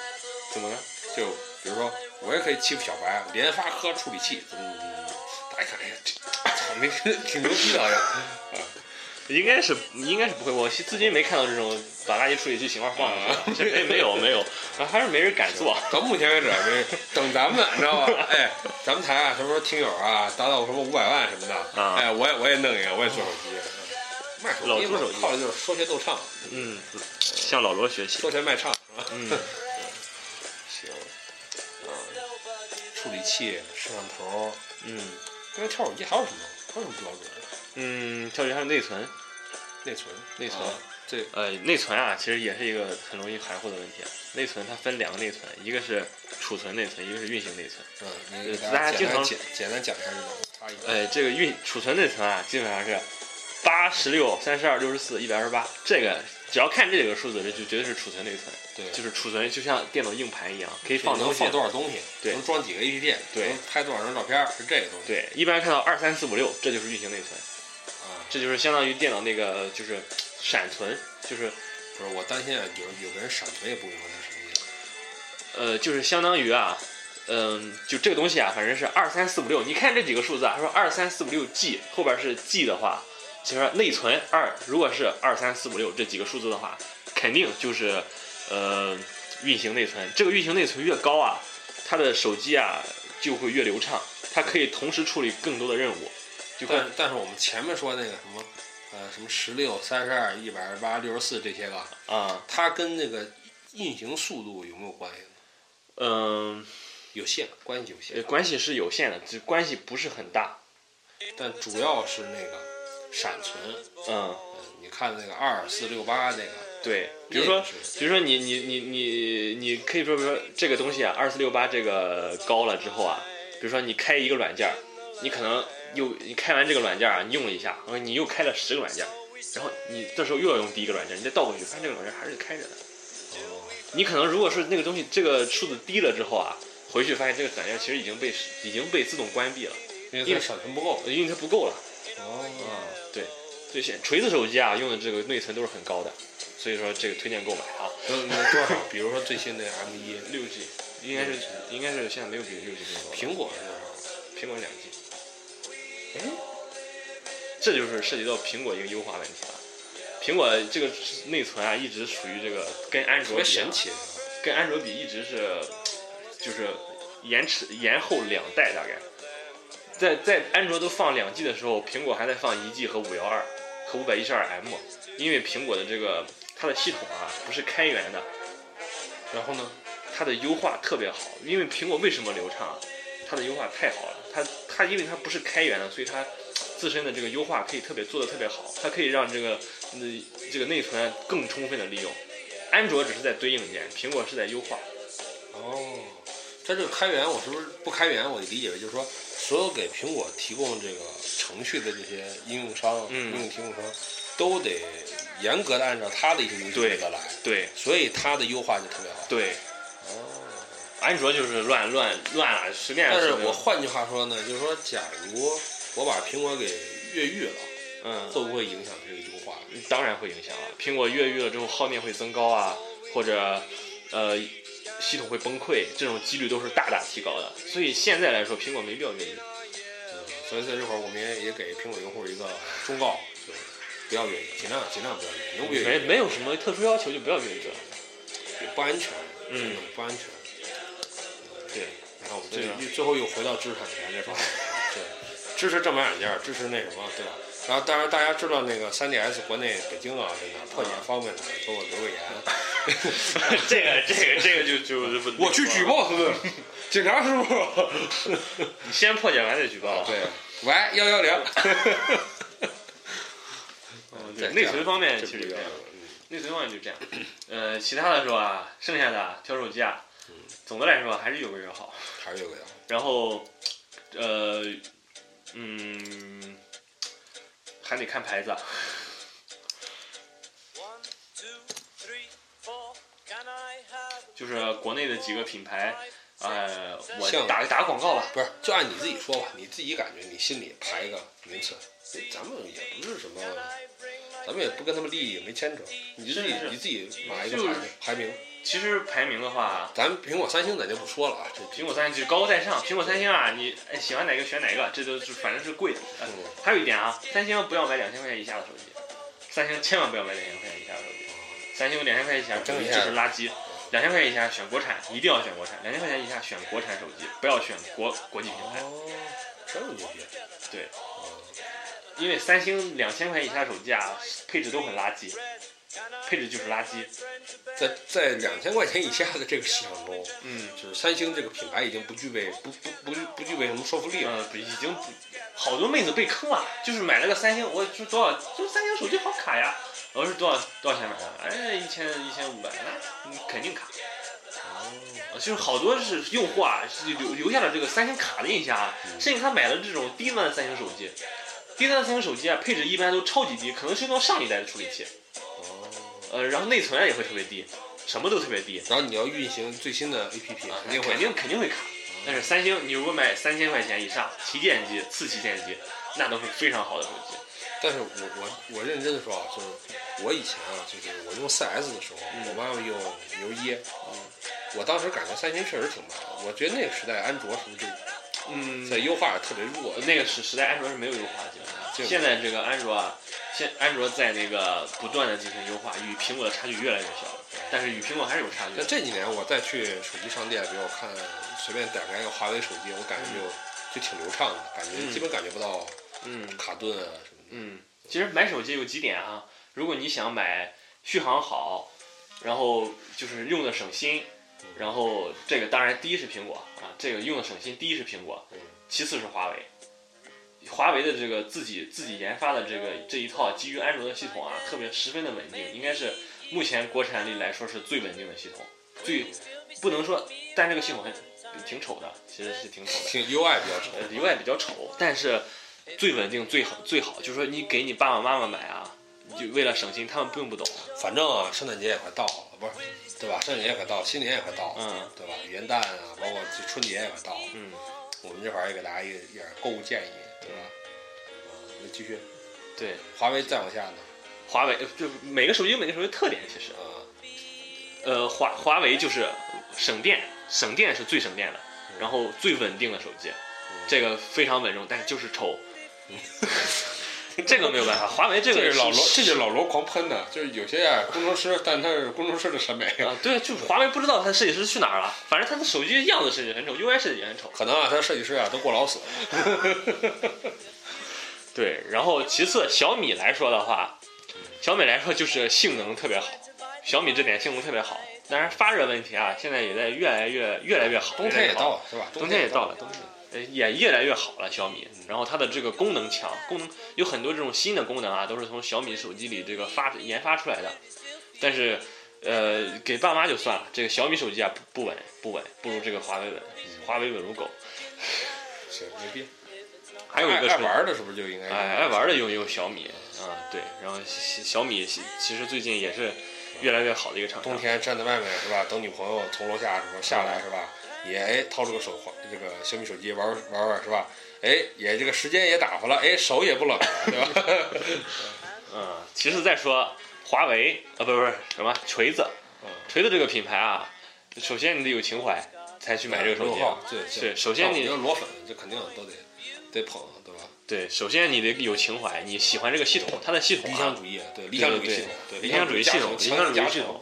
Speaker 2: 怎么了？
Speaker 1: 就啊比如说，我也可以欺负小白，联发科处理器，怎么怎么怎么，大家一看，哎呀，这操没挺牛逼的好像。
Speaker 2: 应该是应该是不会，我至今没看到这种把垃圾处理器型号放上去的，啊这没 没有没有，还是没人敢做。
Speaker 1: 到目前为止，没等咱们，你知道吧？哎，咱们台啊，什么时候听友啊达到什么五百万什么的，
Speaker 2: 啊
Speaker 1: 哎，我也我也弄一个，我也做手机。卖手
Speaker 2: 老
Speaker 1: 机
Speaker 2: 做
Speaker 1: 嘛
Speaker 2: 手机
Speaker 1: 靠的就是说学逗唱，
Speaker 2: 嗯，向老罗学习。
Speaker 1: 说学卖唱，是吧？
Speaker 2: 嗯，
Speaker 1: 行，啊，处理器、摄像头，
Speaker 2: 嗯
Speaker 1: 跟跳手机还有什么？还有什么标准？
Speaker 2: 嗯，跳级还有内存，
Speaker 1: 内存，
Speaker 2: 内存
Speaker 1: 啊这
Speaker 2: 呃，内存啊，其实也是一个很容易含糊的问题。啊内存它分两个内存，一个是储存内存，一个是运行内存。
Speaker 1: 嗯，你给
Speaker 2: 大家
Speaker 1: 家简
Speaker 2: 经常
Speaker 1: 单简简单讲一下这种啊差异。
Speaker 2: 呃，这个运储存内存啊，基本上是八十六、三十二、六十四、一百二十八，这个只要看这个数字，这就绝对是储存内存，
Speaker 1: 对，
Speaker 2: 就是储存就像电脑硬盘一样，可以
Speaker 1: 这
Speaker 2: 放
Speaker 1: 能
Speaker 2: 东西
Speaker 1: 放。多少东西？
Speaker 2: 对
Speaker 1: 能装几个 APP？
Speaker 2: 对
Speaker 1: 能拍多少张照片？是这个东西。
Speaker 2: 对，一般看到二三四五六，这就是运行内存，
Speaker 1: 啊，
Speaker 2: 这就是相当于电脑那个就是闪存，就是
Speaker 1: 不是，我担心啊，有有个人闪存也不明白是什么意思。
Speaker 2: 呃，就是相当于啊，嗯，就这个东西啊，反正是二三四五六。你看这几个数字啊，他说二三四五六 G 后边是 G 的话，就是内存二，如果是二三四五六这几个数字的话，肯定就是呃运行内存。这个运行内存越高啊，它的手机啊就会越流畅，它可以同时处理更多的任务，就
Speaker 1: 但
Speaker 2: 跟
Speaker 1: 是但是我们前面说那个什么，呃，什么十六、三十二、一百二十八、六十四这些个，
Speaker 2: 啊
Speaker 1: 它跟那个运行速度有没有关系呢？
Speaker 2: 嗯、
Speaker 1: 有限，关系有
Speaker 2: 呃
Speaker 1: 限，
Speaker 2: 关系是有限的，这关系不是很大，
Speaker 1: 但主要是那个闪存。
Speaker 2: 嗯。
Speaker 1: 嗯你看那个二四六八那个，
Speaker 2: 对，比如说
Speaker 1: 那个是，
Speaker 2: 比如说你你你你你可以说，比如说这个东西啊，二四六八这个高了之后啊，比如说你开一个软件儿，你可能又你开完这个软件儿啊，你用了一下，然后你又开了十个软件儿，然后你这时候又要用第一个软件儿，你再倒回去，发现这个软件儿还是开着的。
Speaker 1: 哦
Speaker 2: 你可能如果是那个东西这个数字低了之后啊，回去发现这个软件儿其实已经被已经被自动关闭了，
Speaker 1: 因为它闪存不够。
Speaker 2: 因为它不够了。
Speaker 1: 哦，
Speaker 2: 对，对，现锤子手机啊用的这个内存都是很高的，所以说这个推荐购买啊。
Speaker 1: 有有多少？比如说最新的 M 一，
Speaker 2: 六 G，应该是应该是现在没有比六 G 更高了。
Speaker 1: 苹果是多少？
Speaker 2: 苹果两 G，哎，这就是涉及到苹果一个优化问题了。苹果这个内存啊，一直属于这个跟安
Speaker 1: 特
Speaker 2: 卓
Speaker 1: 别
Speaker 2: 比啊
Speaker 1: 神，奇。
Speaker 2: 跟安卓比一直是就是延迟延后两代大概。在在安卓都放两 G 的时候，苹果还在放一 G 和五幺二和五百一十二 M，因为苹果的这个它的系统啊不是开源的，
Speaker 1: 然后呢？
Speaker 2: 它的优化特别好，因为苹果为什么流畅啊？它的优化太好了，它它因为它不是开源的，所以它自身的这个优化可以特别做的特别好，它可以让这个嗯这个内存更充分的利用。安卓只是在堆硬件，苹果是在优化。
Speaker 1: 哦，它这个开源，我是不是不开源？我理解为就是说，所有给苹果提供这个程序的这些应用商、
Speaker 2: 嗯
Speaker 1: 应用提供商，都得严格的按照它的一些游戏规则来，
Speaker 2: 对
Speaker 1: 所以它的优化就特别好。
Speaker 2: 对，
Speaker 1: 哦。
Speaker 2: 安卓就是乱乱乱啊了，随便。
Speaker 1: 但是我换句话说呢，就是说，假如我把苹果给越狱了，
Speaker 2: 嗯，
Speaker 1: 会不会影响这个优化？
Speaker 2: 当然会影响了。苹果越狱了之后，耗电会增高啊，或者呃系统会崩溃，这种几率都是大大提高的。所以现在来说，苹果没必要越狱。
Speaker 1: 嗯，所以在这会儿，我们也也给苹果用户一个忠告，就是不要越狱，尽量尽量不要越狱，能不越
Speaker 2: 没
Speaker 1: 狱
Speaker 2: 没有什么特殊要求就不要越狱了。
Speaker 1: 也不安全，
Speaker 2: 嗯
Speaker 1: 真的不安全。
Speaker 2: 对，
Speaker 1: 你看，我们
Speaker 2: 对啊
Speaker 1: 这最后又回到知识产权这方面，对，支持正版软件，支持那什么，对吧？然后，当然大家知道那个 3DS 国内北京啊，这个破解方面的，给我留个 言。
Speaker 2: 这个这个这个就 就 不
Speaker 1: 我去举，报他们， 警察叔叔。
Speaker 2: 你先破解完再举报。啊
Speaker 1: 对，喂，幺幺零。
Speaker 2: 哦对，内存方面其实就
Speaker 1: 这嗯
Speaker 2: 这
Speaker 1: 样
Speaker 2: 样，内存方面就这样。呃，其他的说啊，剩下的挑手机啊，总的来说还是越贵越好。
Speaker 1: 还是有个呀。
Speaker 2: 然后，呃，嗯，还得看牌子啊。就是国内的几个品牌，呃，我
Speaker 1: 像
Speaker 2: 打打个广告吧，
Speaker 1: 不是，就按你自己说吧，你自己感觉，你心里排一个名次。咱们也不是什么，咱们也不跟他们利益没牵扯，你自己
Speaker 2: 是是
Speaker 1: 你自己拿一个
Speaker 2: 就是
Speaker 1: 排排名。
Speaker 2: 其实排名的话，
Speaker 1: 咱们苹果、三星咱就不说了啊，这
Speaker 2: 苹果三星就高高在上，苹果三星啊，你哎喜欢哪个选哪个，这都是反正是贵的。呃
Speaker 1: 嗯
Speaker 2: 还有一点啊，三星不要买两千块钱以下的手机，三星千万不要买两千块钱以下的手
Speaker 1: 嗯
Speaker 2: 机，三星两千块钱以下
Speaker 1: 真
Speaker 2: 手机
Speaker 1: 厉
Speaker 2: 就
Speaker 1: 害
Speaker 2: 是垃圾。两千块钱以下选国产，一定要选国产。两千块钱以下选国产手机，不要选国国际品牌，
Speaker 1: 哦，这么牛逼，
Speaker 2: 因为三星两千块钱以下手机啊，配置都很垃圾，配置就是垃圾。
Speaker 1: 在在两千块钱以下的这个市场中，
Speaker 2: 嗯，
Speaker 1: 就是三星这个品牌已经不具备不不不不具备什么说服力了。
Speaker 2: 嗯，不已经不好多妹子被坑了，就是买了个三星，我说多少，就是三星手机好卡呀，我说多少多少钱买的？哎，一千一千五百，那你肯定卡。就是好多是用户啊，是留留下了这个三星卡的印象啊，甚至他买了这种低端的三星手机，低端的三星手机啊，配置一般都超级低，可能是用到上一代的处理器，
Speaker 1: 哦
Speaker 2: 呃，然后内存啊也会特别低，什么都特别低，
Speaker 1: 然后你要运行最新的 APP，
Speaker 2: 啊
Speaker 1: 肯定会
Speaker 2: 肯定肯定会卡。但是三星，你如果买三千块钱以上旗舰机、次旗舰机，那都是非常好的手机。
Speaker 1: 但是我我我认真的说啊，就是我以前啊，就是我用 4S 的时候，
Speaker 2: 嗯
Speaker 1: 我妈妈用牛一，我当时感觉三星确实挺慢的，我觉得那个时代安卓是不是就
Speaker 2: 嗯
Speaker 1: 在优化得特别弱？
Speaker 2: 那个时时代安卓是没有优化的，基本
Speaker 1: 这
Speaker 2: 上。
Speaker 1: 个
Speaker 2: 现在这个安卓啊，现安卓在那个不断的进行优化，与苹果的差距越来越小，但是与苹果还是有差距
Speaker 1: 那
Speaker 2: 的。
Speaker 1: 这几年我再去手机商店，比如我看随便点开一个华为手机，我感觉就、就挺流畅的，感觉、
Speaker 2: 嗯
Speaker 1: 基本感觉不到
Speaker 2: 嗯
Speaker 1: 卡顿啊什么的。
Speaker 2: 嗯，其实买手机有几点啊，如果你想买续航好，然后就是用的省心，然后这个当然第一是苹果啊，这个用的省心，第一是苹果
Speaker 1: 嗯，
Speaker 2: 其次是华为。华为的这个自己自己研发的这个这一套基于安卓的系统啊，特别十分的稳定，应该是目前国产里来说是最稳定的系统，最不能说，但这个系统很挺丑的，其实是挺丑的，
Speaker 1: 挺 UI 比较丑，
Speaker 2: 呃，里外比较丑，但是最稳定最好最好，就是说你给你爸爸妈妈买啊，你就为了省心，他们并不懂。
Speaker 1: 反正啊，圣诞节也快到了，不是对吧？圣诞节也快到，新年也快到了，
Speaker 2: 嗯
Speaker 1: 对吧？元旦啊，包括这春节也快到了，
Speaker 2: 嗯，
Speaker 1: 我们这会儿也给大家一个一点购物建议，对吧？嗯，那继续，
Speaker 2: 对，
Speaker 1: 华为再往下呢？
Speaker 2: 华为呃就每个手机有每个手机的特点，其实
Speaker 1: 啊、
Speaker 2: 呃，华华为就是省电，省电是最省电的，然后最稳定的手机，这个非常稳重，但是就是丑。这个没有办法，华为嗯这个
Speaker 1: 这是老罗，
Speaker 2: 是
Speaker 1: 这就是老罗狂喷的，就是有些啊工程师，但他是工程师的审美，
Speaker 2: 啊，对，就是华为不知道他的设计师去哪儿了，反正他的手机样子设计很丑，UI 设计也很丑。
Speaker 1: 可能啊，他设计师啊都过劳死了。
Speaker 2: 对，然后其次小米来说的话，小米来说就是性能特别好，小米这点性能特别好，当然发热问题啊，现在也在越来越越来越好，
Speaker 1: 冬
Speaker 2: 越来
Speaker 1: 天
Speaker 2: 越
Speaker 1: 也
Speaker 2: 好
Speaker 1: 到了是吧？
Speaker 2: 冬天也
Speaker 1: 也
Speaker 2: 到了，冬天呃也越来越好了。小米，
Speaker 1: 嗯
Speaker 2: 然后它的这个功能强，功能有很多这种新的功能啊，都是从小米手机里这个发研发出来的。但是，呃，给爸妈就算了，这个小米手机啊不不稳，不稳，不如这个华为稳，
Speaker 1: 嗯
Speaker 2: 华为稳如狗。
Speaker 1: 行，牛逼。
Speaker 2: 还有一个
Speaker 1: 爱爱
Speaker 2: 手机
Speaker 1: 玩的是不是就应该？
Speaker 2: 哎，爱玩儿的用用小米啊，对，然后小小米其其实最近也是越来越好的一个厂商
Speaker 1: 冬。天站在外面是吧？等女朋友从楼下什么下来是吧？也哎掏出个手环，这个小米手机玩玩玩是吧？哎，也这个时间也打发了，哎，手也不冷了，对吧？
Speaker 2: 嗯，其次再说华为啊，不是不是什么锤子
Speaker 1: 嗯，
Speaker 2: 锤子这个品牌啊，首先你得有情怀才去买这个手机啊
Speaker 1: 六。号，啊对
Speaker 2: 是首先你
Speaker 1: 要裸粉，这肯定都得得捧，对吧？
Speaker 2: 对，首先你得有情怀，你喜欢这个系统，它的系统
Speaker 1: 理
Speaker 2: 啊
Speaker 1: 想主义，对理想主义系统，对
Speaker 2: 理想主义系统，理
Speaker 1: 加
Speaker 2: 想主义
Speaker 1: 加
Speaker 2: 系统，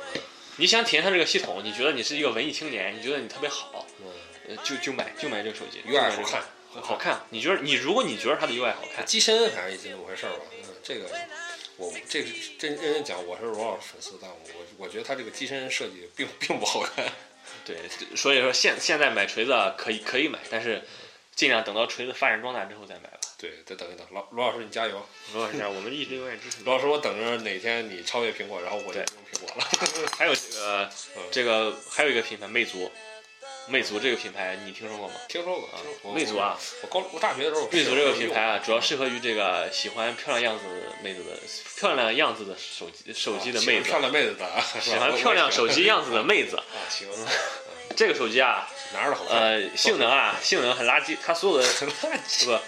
Speaker 2: 你想体验它这个系统，你觉得你是一个文艺青年，你觉得你特别好，
Speaker 1: 嗯
Speaker 2: 呃就就买就买这个手机，就买
Speaker 1: ，UI
Speaker 2: 这
Speaker 1: 好
Speaker 2: 个
Speaker 1: 看，
Speaker 2: 好看。你觉得你如果你觉得它的 UI 好看，
Speaker 1: 机身反正也就那么回事儿吧。嗯，这个我这个真认真讲，我是罗老师粉丝，但我我觉得他这个机身设计并并不好看。
Speaker 2: 对，所以说现现在买锤子啊可以可以买，但是尽量等到锤子发展壮大之后再买吧。
Speaker 1: 对，再等一等，罗罗老师你加油。
Speaker 2: 如果是这样，我们一直永远支持你。
Speaker 1: 罗老师，我等着哪天你超越苹果，然后我就
Speaker 2: 对
Speaker 1: 不用苹果了。
Speaker 2: 还有这个
Speaker 1: 嗯
Speaker 2: 这个还有一个品牌魅族，魅族这个品牌你听说过吗？
Speaker 1: 听说过，听说过
Speaker 2: 魅族啊，
Speaker 1: 我高我大学的时候，
Speaker 2: 魅族这个品牌啊，主要适合于这个喜欢漂亮样子的妹子的漂亮样子的手机手机的妹子
Speaker 1: 喜欢漂，亮妹子的啊，喜
Speaker 2: 喜欢漂亮手机样子的妹子。
Speaker 1: 啊，行，
Speaker 2: 这个手机啊，
Speaker 1: 拿着好看。
Speaker 2: 呃，性能啊，性能很垃圾，它所有的不，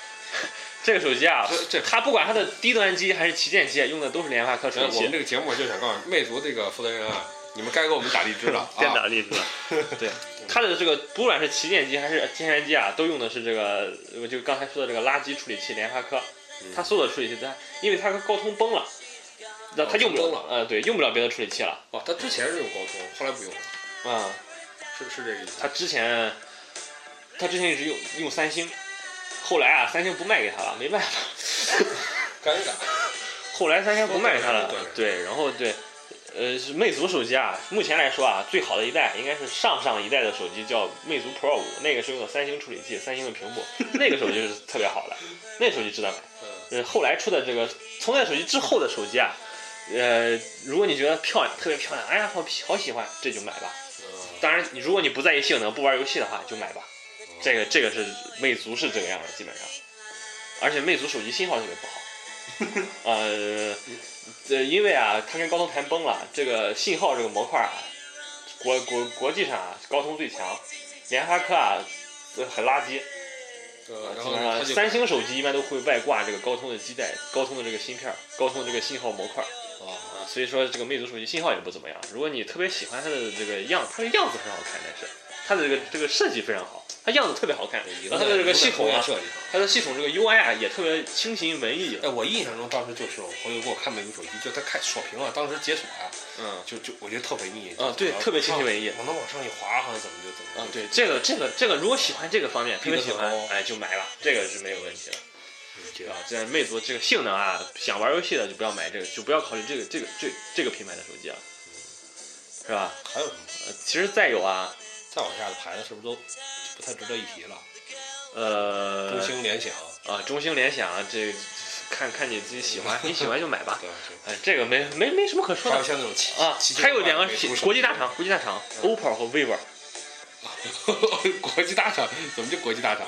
Speaker 2: 这个手机啊
Speaker 1: 这，这
Speaker 2: 它不管它的低端机还是旗舰机，用的都是联发科处
Speaker 1: 哎
Speaker 2: 理
Speaker 1: 我们
Speaker 2: 器。
Speaker 1: 这个节目就想告诉你，魅族这个负责人啊，你们该给我们打荔 枝了
Speaker 2: 电
Speaker 1: 啊！
Speaker 2: 打荔枝了。 对，它的这个不管是旗舰机还是天然机啊，都用的是这个，我就刚才说的这个垃圾处理器联发科，它所有的处理器它，因为它跟高通崩了，那它用不
Speaker 1: 哦
Speaker 2: 了
Speaker 1: 它，
Speaker 2: 呃，对，用不了别的处理器了。
Speaker 1: 哦，他之前是用高通，后来不用了，
Speaker 2: 啊，
Speaker 1: 是是这个意思。
Speaker 2: 他之前，他之前一直用用三星，后来啊，三星不卖给他了，没办法。
Speaker 1: 尴尬，
Speaker 2: 后来三星不卖给他了
Speaker 1: 说短了，
Speaker 2: 对，然后对，呃，是魅族手机啊，目前来说啊，最好的一代应该是上上一代的手机叫魅族 Pro 五，那个是用的三星处理器，三星的屏幕，那个手机是特别好的，那手机值得买。
Speaker 1: 嗯，
Speaker 2: 呃，后来出的这个从那手机之后的手机啊，呃，如果你觉得漂亮，特别漂亮，哎呀，好好喜欢，这就买吧。
Speaker 1: 呃
Speaker 2: 当然，你如果你不在意性能，不玩游戏的话，就买吧。这个这个是魅族是这个样的，基本上，而且魅族手机信号特别不好。呃，呃，因为啊，它跟高通谈崩了，这个信号这个模块啊，国国国际上啊，高通最强，联发科啊、呃很垃圾。
Speaker 1: 呃，然
Speaker 2: 基
Speaker 1: 后
Speaker 2: 本
Speaker 1: 他
Speaker 2: 上
Speaker 1: 就
Speaker 2: 三星手机一般都会外挂这个高通的基带、高通的这个芯片、高通这个信号模块
Speaker 1: 啊，
Speaker 2: 啊，所以说这个魅族手机信号也不怎么样。如果你特别喜欢它的这个样，它的样子很好看，但是它的这个这个设计非常好，它样子特别好看，
Speaker 1: 以
Speaker 2: 然
Speaker 1: 后
Speaker 2: 后它的这个系统啊，嗯
Speaker 1: 设计。
Speaker 2: 它的系统这个 UI 啊也特别清新文艺，
Speaker 1: 哎，我印象中当时就是我朋友给我看美国手机，就他看锁屏啊，当时解锁啊，
Speaker 2: 嗯
Speaker 1: 就就我觉得特文艺
Speaker 2: 啊对
Speaker 1: 然后
Speaker 2: 特别清新文艺
Speaker 1: 往能往上一滑，好像怎么就怎么
Speaker 2: 啊，对这个这个这个，如果喜欢这个方面，特别喜
Speaker 1: 逼得很
Speaker 2: 欢，
Speaker 1: 高
Speaker 2: 哎就买吧，这个是没有问题的。
Speaker 1: 这
Speaker 2: 对
Speaker 1: 样
Speaker 2: 吧？这魅族这个性能啊，想玩游戏的就不要买这个，就不要考虑这个这个这这个品牌的手机啊，是吧？
Speaker 1: 还有什么？
Speaker 2: 呃其实再有啊，
Speaker 1: 再往下的牌子是不是都不太值得一提了？
Speaker 2: 呃，
Speaker 1: 中兴、联想，
Speaker 2: 啊，中兴、联想这，看看你自己喜 欢，你喜欢就买吧。
Speaker 1: 对，
Speaker 2: 哎，这个没没没什么可说
Speaker 1: 还有
Speaker 2: 的
Speaker 1: 像那种旗
Speaker 2: 啊。还有两个品国际大，
Speaker 1: 旗舰
Speaker 2: 厂，国际大厂，OPPO
Speaker 1: 嗯
Speaker 2: 和 vivo，
Speaker 1: 版的 国际大厂怎么就国际大厂？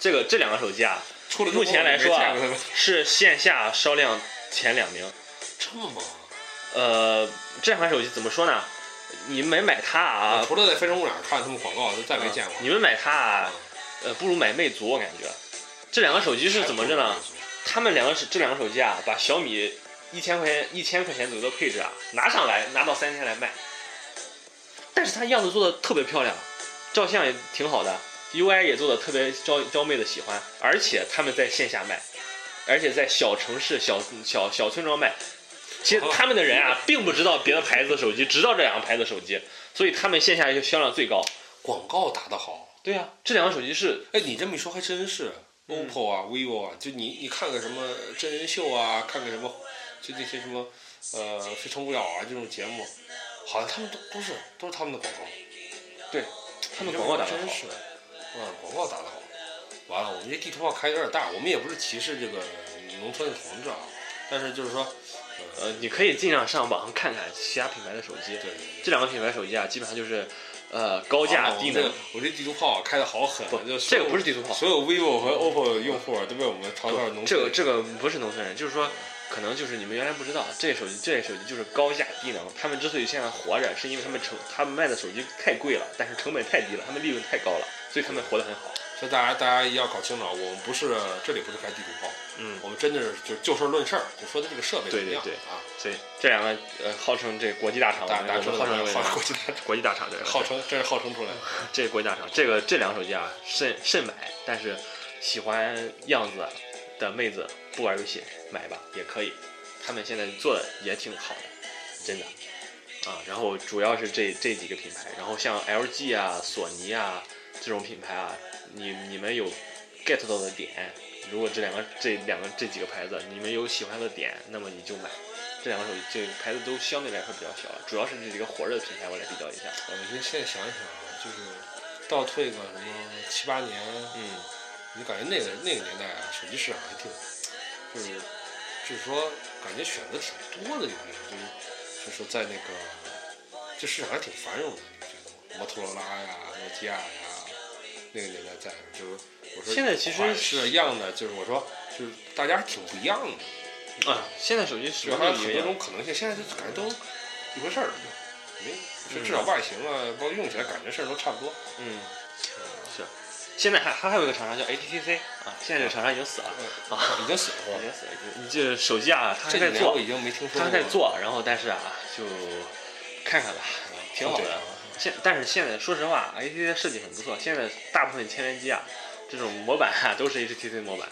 Speaker 2: 这个这两个手机啊，
Speaker 1: 除了
Speaker 2: 目前来说啊
Speaker 1: 中国我没见过他们
Speaker 2: 是线下销量前两名。
Speaker 1: 这么
Speaker 2: 呃，这款手机怎么说呢？你们买它
Speaker 1: 啊，
Speaker 2: 啊，
Speaker 1: 除了在非诚勿扰看他们广告，就再没见过。
Speaker 2: 你们买它啊
Speaker 1: 嗯，
Speaker 2: 呃，不如买魅族，我感觉。这两个手机是怎么着呢？他们两个手这两个手机啊，把小米一千块钱一千块钱左右的配置啊拿上来，拿到三千来卖。但是它样子做的特别漂亮，照相也挺好的，UI 也做的特别招招妹的喜欢，而且他们在线下卖，而且在小城市、小小小村庄卖。其实他们的人啊，并不知道别的牌子的手机，只知道这两个牌子的手机，所以他们线下就销量最高。
Speaker 1: 广告打得好。
Speaker 2: 对呀、这两个手机是
Speaker 1: 哎，你这么一说还真是
Speaker 2: 嗯
Speaker 1: ，OPPO 啊，vivo 啊，就你你看个什么真人秀啊，看个什么，就那些什么呃非诚勿扰啊这种节目，好像他们都都是都是他们的广告。
Speaker 2: 他们广告打得
Speaker 1: 真
Speaker 2: 好。
Speaker 1: 是，哇，广告打得好。完了，我们这地图炮开的有点大，我们也不是歧视这个农村的同志啊，但是就是说，呃，
Speaker 2: 呃，你可以尽量上网看看其他品牌的手机。
Speaker 1: 对对对，
Speaker 2: 这两个品牌手机啊，基本上就是，呃，高
Speaker 1: 高
Speaker 2: 价低能。
Speaker 1: 我哦这地图炮啊开的好狠啊，
Speaker 2: 不
Speaker 1: 就，所
Speaker 2: 这
Speaker 1: 有
Speaker 2: 个不是地图炮，
Speaker 1: 所有 vivo 和 oppo 用户啊都被我们嘲笑是农村。
Speaker 2: 这个这个不是农村人，就是说，可能就是你们原来不知道，这手机这手机就是高价低能。他们之所以现在活着，是因为他们成他们卖的手机太贵了，但是成本太低了，他们利润太高了，所以他们活得很好。
Speaker 1: 所以大家大家一定要搞清楚，啊，我们不是这里不是开地图炮，
Speaker 2: 嗯，
Speaker 1: 我们真的是就就事论事儿，就说的这个设备怎么样
Speaker 2: 对对
Speaker 1: 啊，
Speaker 2: 所以这两个呃，号称这国际大厂，我
Speaker 1: 大
Speaker 2: 们
Speaker 1: 大家
Speaker 2: 我
Speaker 1: 说
Speaker 2: 们
Speaker 1: 的
Speaker 2: 号
Speaker 1: 号
Speaker 2: 称为
Speaker 1: 称国际大
Speaker 2: 国际大厂，对
Speaker 1: 号称真是号称出来的。
Speaker 2: 这国际大厂，这个这两个手机啊，慎慎买，但是喜欢样子的妹子不玩游戏买吧也可以，他们现在做的也挺好的，真的啊。然后主要是这这几个品牌，然后像 LG 啊、索尼啊这种品牌啊，你你们有 get 到的点，如果这两个这两个这几个牌子你们有喜欢的点，那么你就买。这两个手机，这个牌子都相对来说比较小了，主要是这几个火热的品牌，我来比较一下。
Speaker 1: 我觉得现在想一想啊，就是倒退个什么七八年，
Speaker 2: 嗯
Speaker 1: 你感觉那个那个年代啊，手机市场还挺，就是就是说感觉选择挺多的，有没有？就是就是说在那个这市场还挺繁荣的，你觉得吗？摩托罗拉呀，诺基亚呀，那个年代在就是我说
Speaker 2: 现在其实
Speaker 1: 款式样的，就是我说就是大家还挺不一样的，
Speaker 2: 啊，现在手机使
Speaker 1: 主要
Speaker 2: 用
Speaker 1: 还有
Speaker 2: 率
Speaker 1: 很
Speaker 2: 也
Speaker 1: 多种可能性，现在就感觉都一回事儿了，就没就至少外形啊，包括用起来感觉事儿都差不多。
Speaker 2: 嗯，是。现在还还还有一个厂商叫 HTC 啊，现在这个厂商已经死了，
Speaker 1: 嗯已经死了是吧
Speaker 2: 已？经死了。你这手机啊，它
Speaker 1: 这
Speaker 2: 还
Speaker 1: 几
Speaker 2: 在
Speaker 1: 年我
Speaker 2: 做，
Speaker 1: 已经没听说过
Speaker 2: 它还在做，然后但是啊，就看看吧，挺
Speaker 1: 哦
Speaker 2: 好
Speaker 1: 啊
Speaker 2: 的。啊现但是现在说实话，HTC 啊的设计很不错。现在大部分千元机啊，这种模板啊都是 HTC 模板，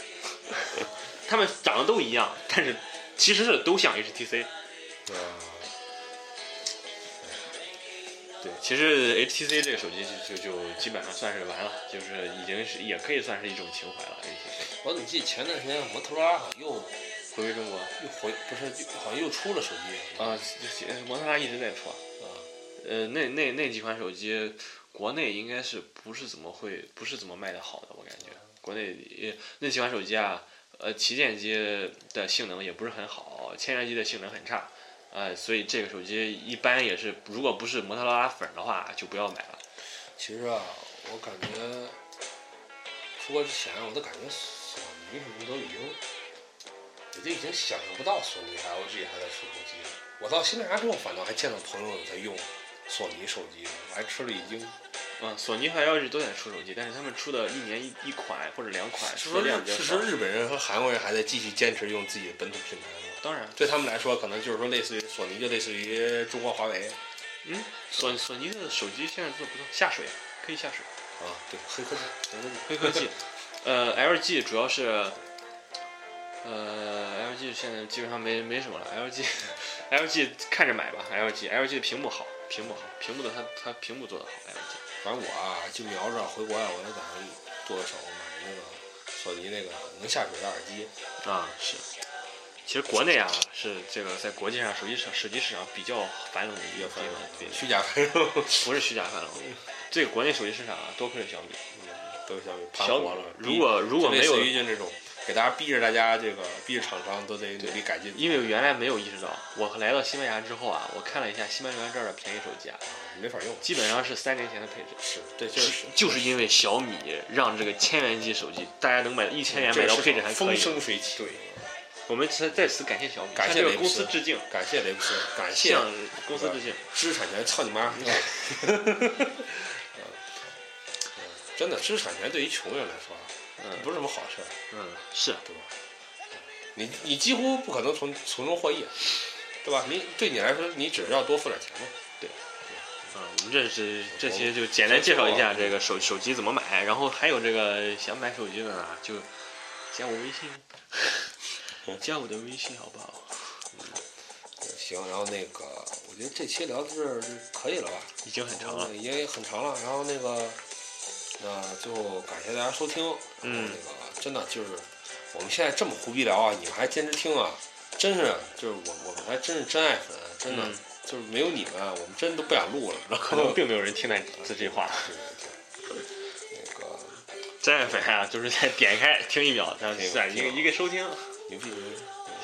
Speaker 2: 他们长得都一样，但是其实是都像 HTC。
Speaker 1: 啊，
Speaker 2: 对，其实 HTC 这个手机就就就基本上算是完了，就是已经是也可以算是一种情怀了。HTC
Speaker 1: 我怎么记得前段时间摩托罗拉好啊像又
Speaker 2: 回归中国
Speaker 1: 又回不是又好像又出了手机
Speaker 2: 啊，这这摩托罗拉一直在出啊。
Speaker 1: 啊
Speaker 2: 呃，那那那几款手机，国内应该是不是怎么会不是怎么卖的好的，我感觉国内也那几款手机啊，呃，旗舰机的性能也不是很好，千元机的性能很差，呃，所以这个手机一般也是，如果不是摩托罗拉粉儿的话，就不要买了。
Speaker 1: 其实啊，我感觉出国之前，我都感觉索尼什么都已经，我就已经想象不到索尼还 LG 还在出手机了。我到西班牙之后，反倒还见到朋友在用索尼手机，我还吃了一惊。
Speaker 2: 嗯，索尼和 LG 都在出手机，但是他们出的一年一一款或者两款，
Speaker 1: 是说
Speaker 2: 出的
Speaker 1: 日
Speaker 2: 量比较
Speaker 1: 是
Speaker 2: 少
Speaker 1: 说。日本人和韩国人还在继续坚持用自己的本土品牌吗？
Speaker 2: 当然，
Speaker 1: 对他们来说，可能就是说类似于索尼，就类似于中国华为
Speaker 2: 嗯，索索尼的手机现在做得不错，下水可以下水。
Speaker 1: 啊，对，黑科技，黑科技。
Speaker 2: 黑科技，呃，LG 主要是，呃，LG 现在基本上没没什么了。LG，LG 看着买吧，LG，LG 的屏幕好，屏幕好，屏幕的它它屏幕做的好，LG。
Speaker 1: 反正我啊，就瞄着回国呀、我就打算剁个手买那个索尼那个能下水的耳机。
Speaker 2: 啊，是。其实国内啊，是这个在国际上手机市手机市场比较繁荣的一个地方，对，
Speaker 1: 虚假繁荣，
Speaker 2: 不是虚假繁荣。这个国内手机市场啊，多亏了小米，
Speaker 1: 都是小米盘
Speaker 2: 小
Speaker 1: 活
Speaker 2: 米
Speaker 1: 了。
Speaker 2: 如果如
Speaker 1: 如
Speaker 2: 果没有
Speaker 1: 于就这种给大家逼着大家这个逼着厂商都得努力改进，
Speaker 2: 因为原来没有意识到，我来到西班牙之后啊，我看了一下西班牙这儿的便宜手机啊，
Speaker 1: 没法用。
Speaker 2: 基本上是三年前的配置。
Speaker 1: 是，对，就
Speaker 2: 就是
Speaker 1: 是
Speaker 2: 就是因为小米让这个千元机手机，大家能买一千元
Speaker 1: 这
Speaker 2: 买
Speaker 1: 个
Speaker 2: 到
Speaker 1: 市
Speaker 2: 配置
Speaker 1: 场
Speaker 2: 还可
Speaker 1: 风
Speaker 2: 以。
Speaker 1: 生水起。对，
Speaker 2: 我们在在此感谢小米，
Speaker 1: 感谢
Speaker 2: 向这
Speaker 1: 雷
Speaker 2: 个
Speaker 1: 布
Speaker 2: 公
Speaker 1: 斯
Speaker 2: 司致敬，
Speaker 1: 感谢雷布斯，感谢
Speaker 2: 向公司致敬。
Speaker 1: 知识产权，操你 妈！嗯真的，知识产权对于穷人来说啊
Speaker 2: 嗯
Speaker 1: 不是什么好事儿。
Speaker 2: 嗯，是
Speaker 1: 你你几乎不可能从从中获益，啊对吧？你对你来说，你只是要多付点钱嘛。
Speaker 2: 嗯，我们这是这期就简单介绍一下这个手手机怎么买，然后还有这个想买手机的呢，就加我微信， 加我的微信好不好？
Speaker 1: 行，然后那个，我觉得这期聊到这儿就可以了吧？
Speaker 2: 已经很长了，
Speaker 1: 已经很长了。然后那个，那最后感谢大家收听。然后
Speaker 2: 嗯
Speaker 1: 那个真的就是我们现在这么胡逼聊啊，你们还坚持听啊，真是就是我我们还真是真爱粉，啊真的、
Speaker 2: 嗯
Speaker 1: 就是没有你们，啊我们真都不想录了。 然
Speaker 2: 可
Speaker 1: 后
Speaker 2: 能并没有人听到这句话。
Speaker 1: 对对对，那个
Speaker 2: 真爱粉啊，就是在点开听一秒，然后算一个一个收听。
Speaker 1: 牛逼牛逼，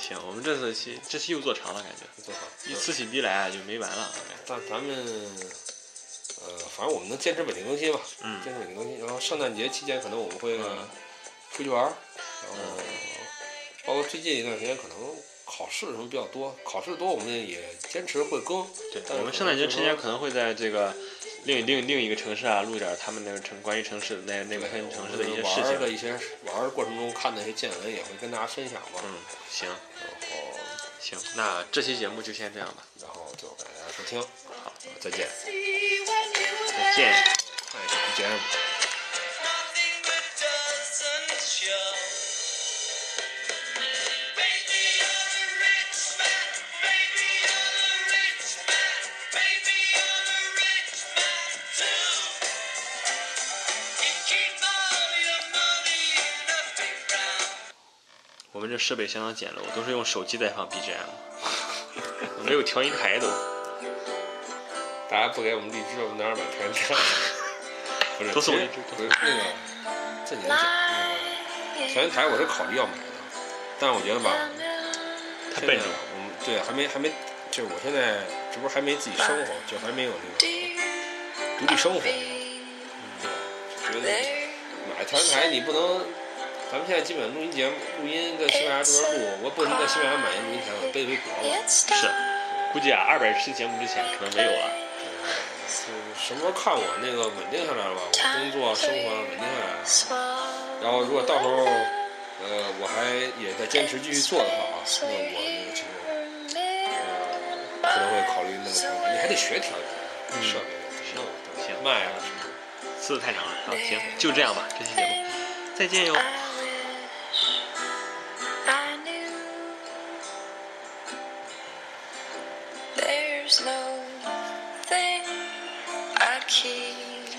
Speaker 2: 行，我们这次期这期又做长了，感觉。
Speaker 1: 做好。
Speaker 2: 一此起彼来啊，就没完了。
Speaker 1: 但咱们，呃，反正我们能坚持稳定更新吧，
Speaker 2: 嗯
Speaker 1: 坚持稳定更新。然后圣诞节期间可能我们会
Speaker 2: 嗯
Speaker 1: 出去玩儿，然后包括最近一段时间可能考试什么比较多，考试多我们也坚持会更。
Speaker 2: 对
Speaker 1: 但，是
Speaker 2: 我们圣诞节期间可能会在这个另另另一个城市啊，录点他们那个城关于城市那
Speaker 1: 对
Speaker 2: 那部分城市
Speaker 1: 我
Speaker 2: 的
Speaker 1: 们
Speaker 2: 一些
Speaker 1: 玩儿
Speaker 2: 事情。啊
Speaker 1: 的一些玩儿的过程中看的一些见闻也会跟大家分享嘛。
Speaker 2: 嗯，行
Speaker 1: 然后，
Speaker 2: 行，那这期节目就先这样吧，
Speaker 1: 然后就感谢大家收听，
Speaker 2: 好，
Speaker 1: 再见。
Speaker 2: 再见。
Speaker 1: 看
Speaker 2: 哎
Speaker 1: 一下 BGM。
Speaker 3: Nothing that doesn't show. Baby, you're the rich man. Baby, you're the rich man. Baby, you're the rich man too. You keep all your money in a big round.
Speaker 2: 我们这设备相当简陋，都是用手机在放 BGM，没 有调音台都，
Speaker 1: 大家不给我们荔枝，我们哪儿买甜茶？不 是，
Speaker 2: 都送
Speaker 1: 其实
Speaker 2: 荔枝
Speaker 1: 不是那个，这年讲那个调音台，我是考虑要买的，但是我觉得吧，
Speaker 2: 太
Speaker 1: 现
Speaker 2: 笨
Speaker 1: 在
Speaker 2: 重。
Speaker 1: 我们对还没还没，就是我现在这不是还没自己生活，就还没有这个独立生活，就觉得买调音台你不能，咱们现在基本录音节目录音在西班牙这边录，我不能在西班牙买一录音台，我背回国了，
Speaker 2: 是，估计啊，二百期节目之前可能没有
Speaker 1: 啊
Speaker 2: 啊了。
Speaker 1: 就是什么时候看我那个稳定下来了吧，我工作生活稳定下来了。然后如果到时候，呃，啊我还也在坚持继续做的话啊，那我那个这个，呃，可能会考虑弄个调音，你还得学调音设备，
Speaker 2: 行行
Speaker 1: 麦啊什么的。
Speaker 2: 次太长了，好，行，就这样吧，这期节目再见哟。
Speaker 4: I knew there's no thing I'd keep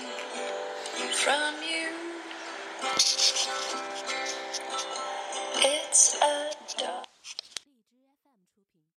Speaker 4: from you. It's a dog.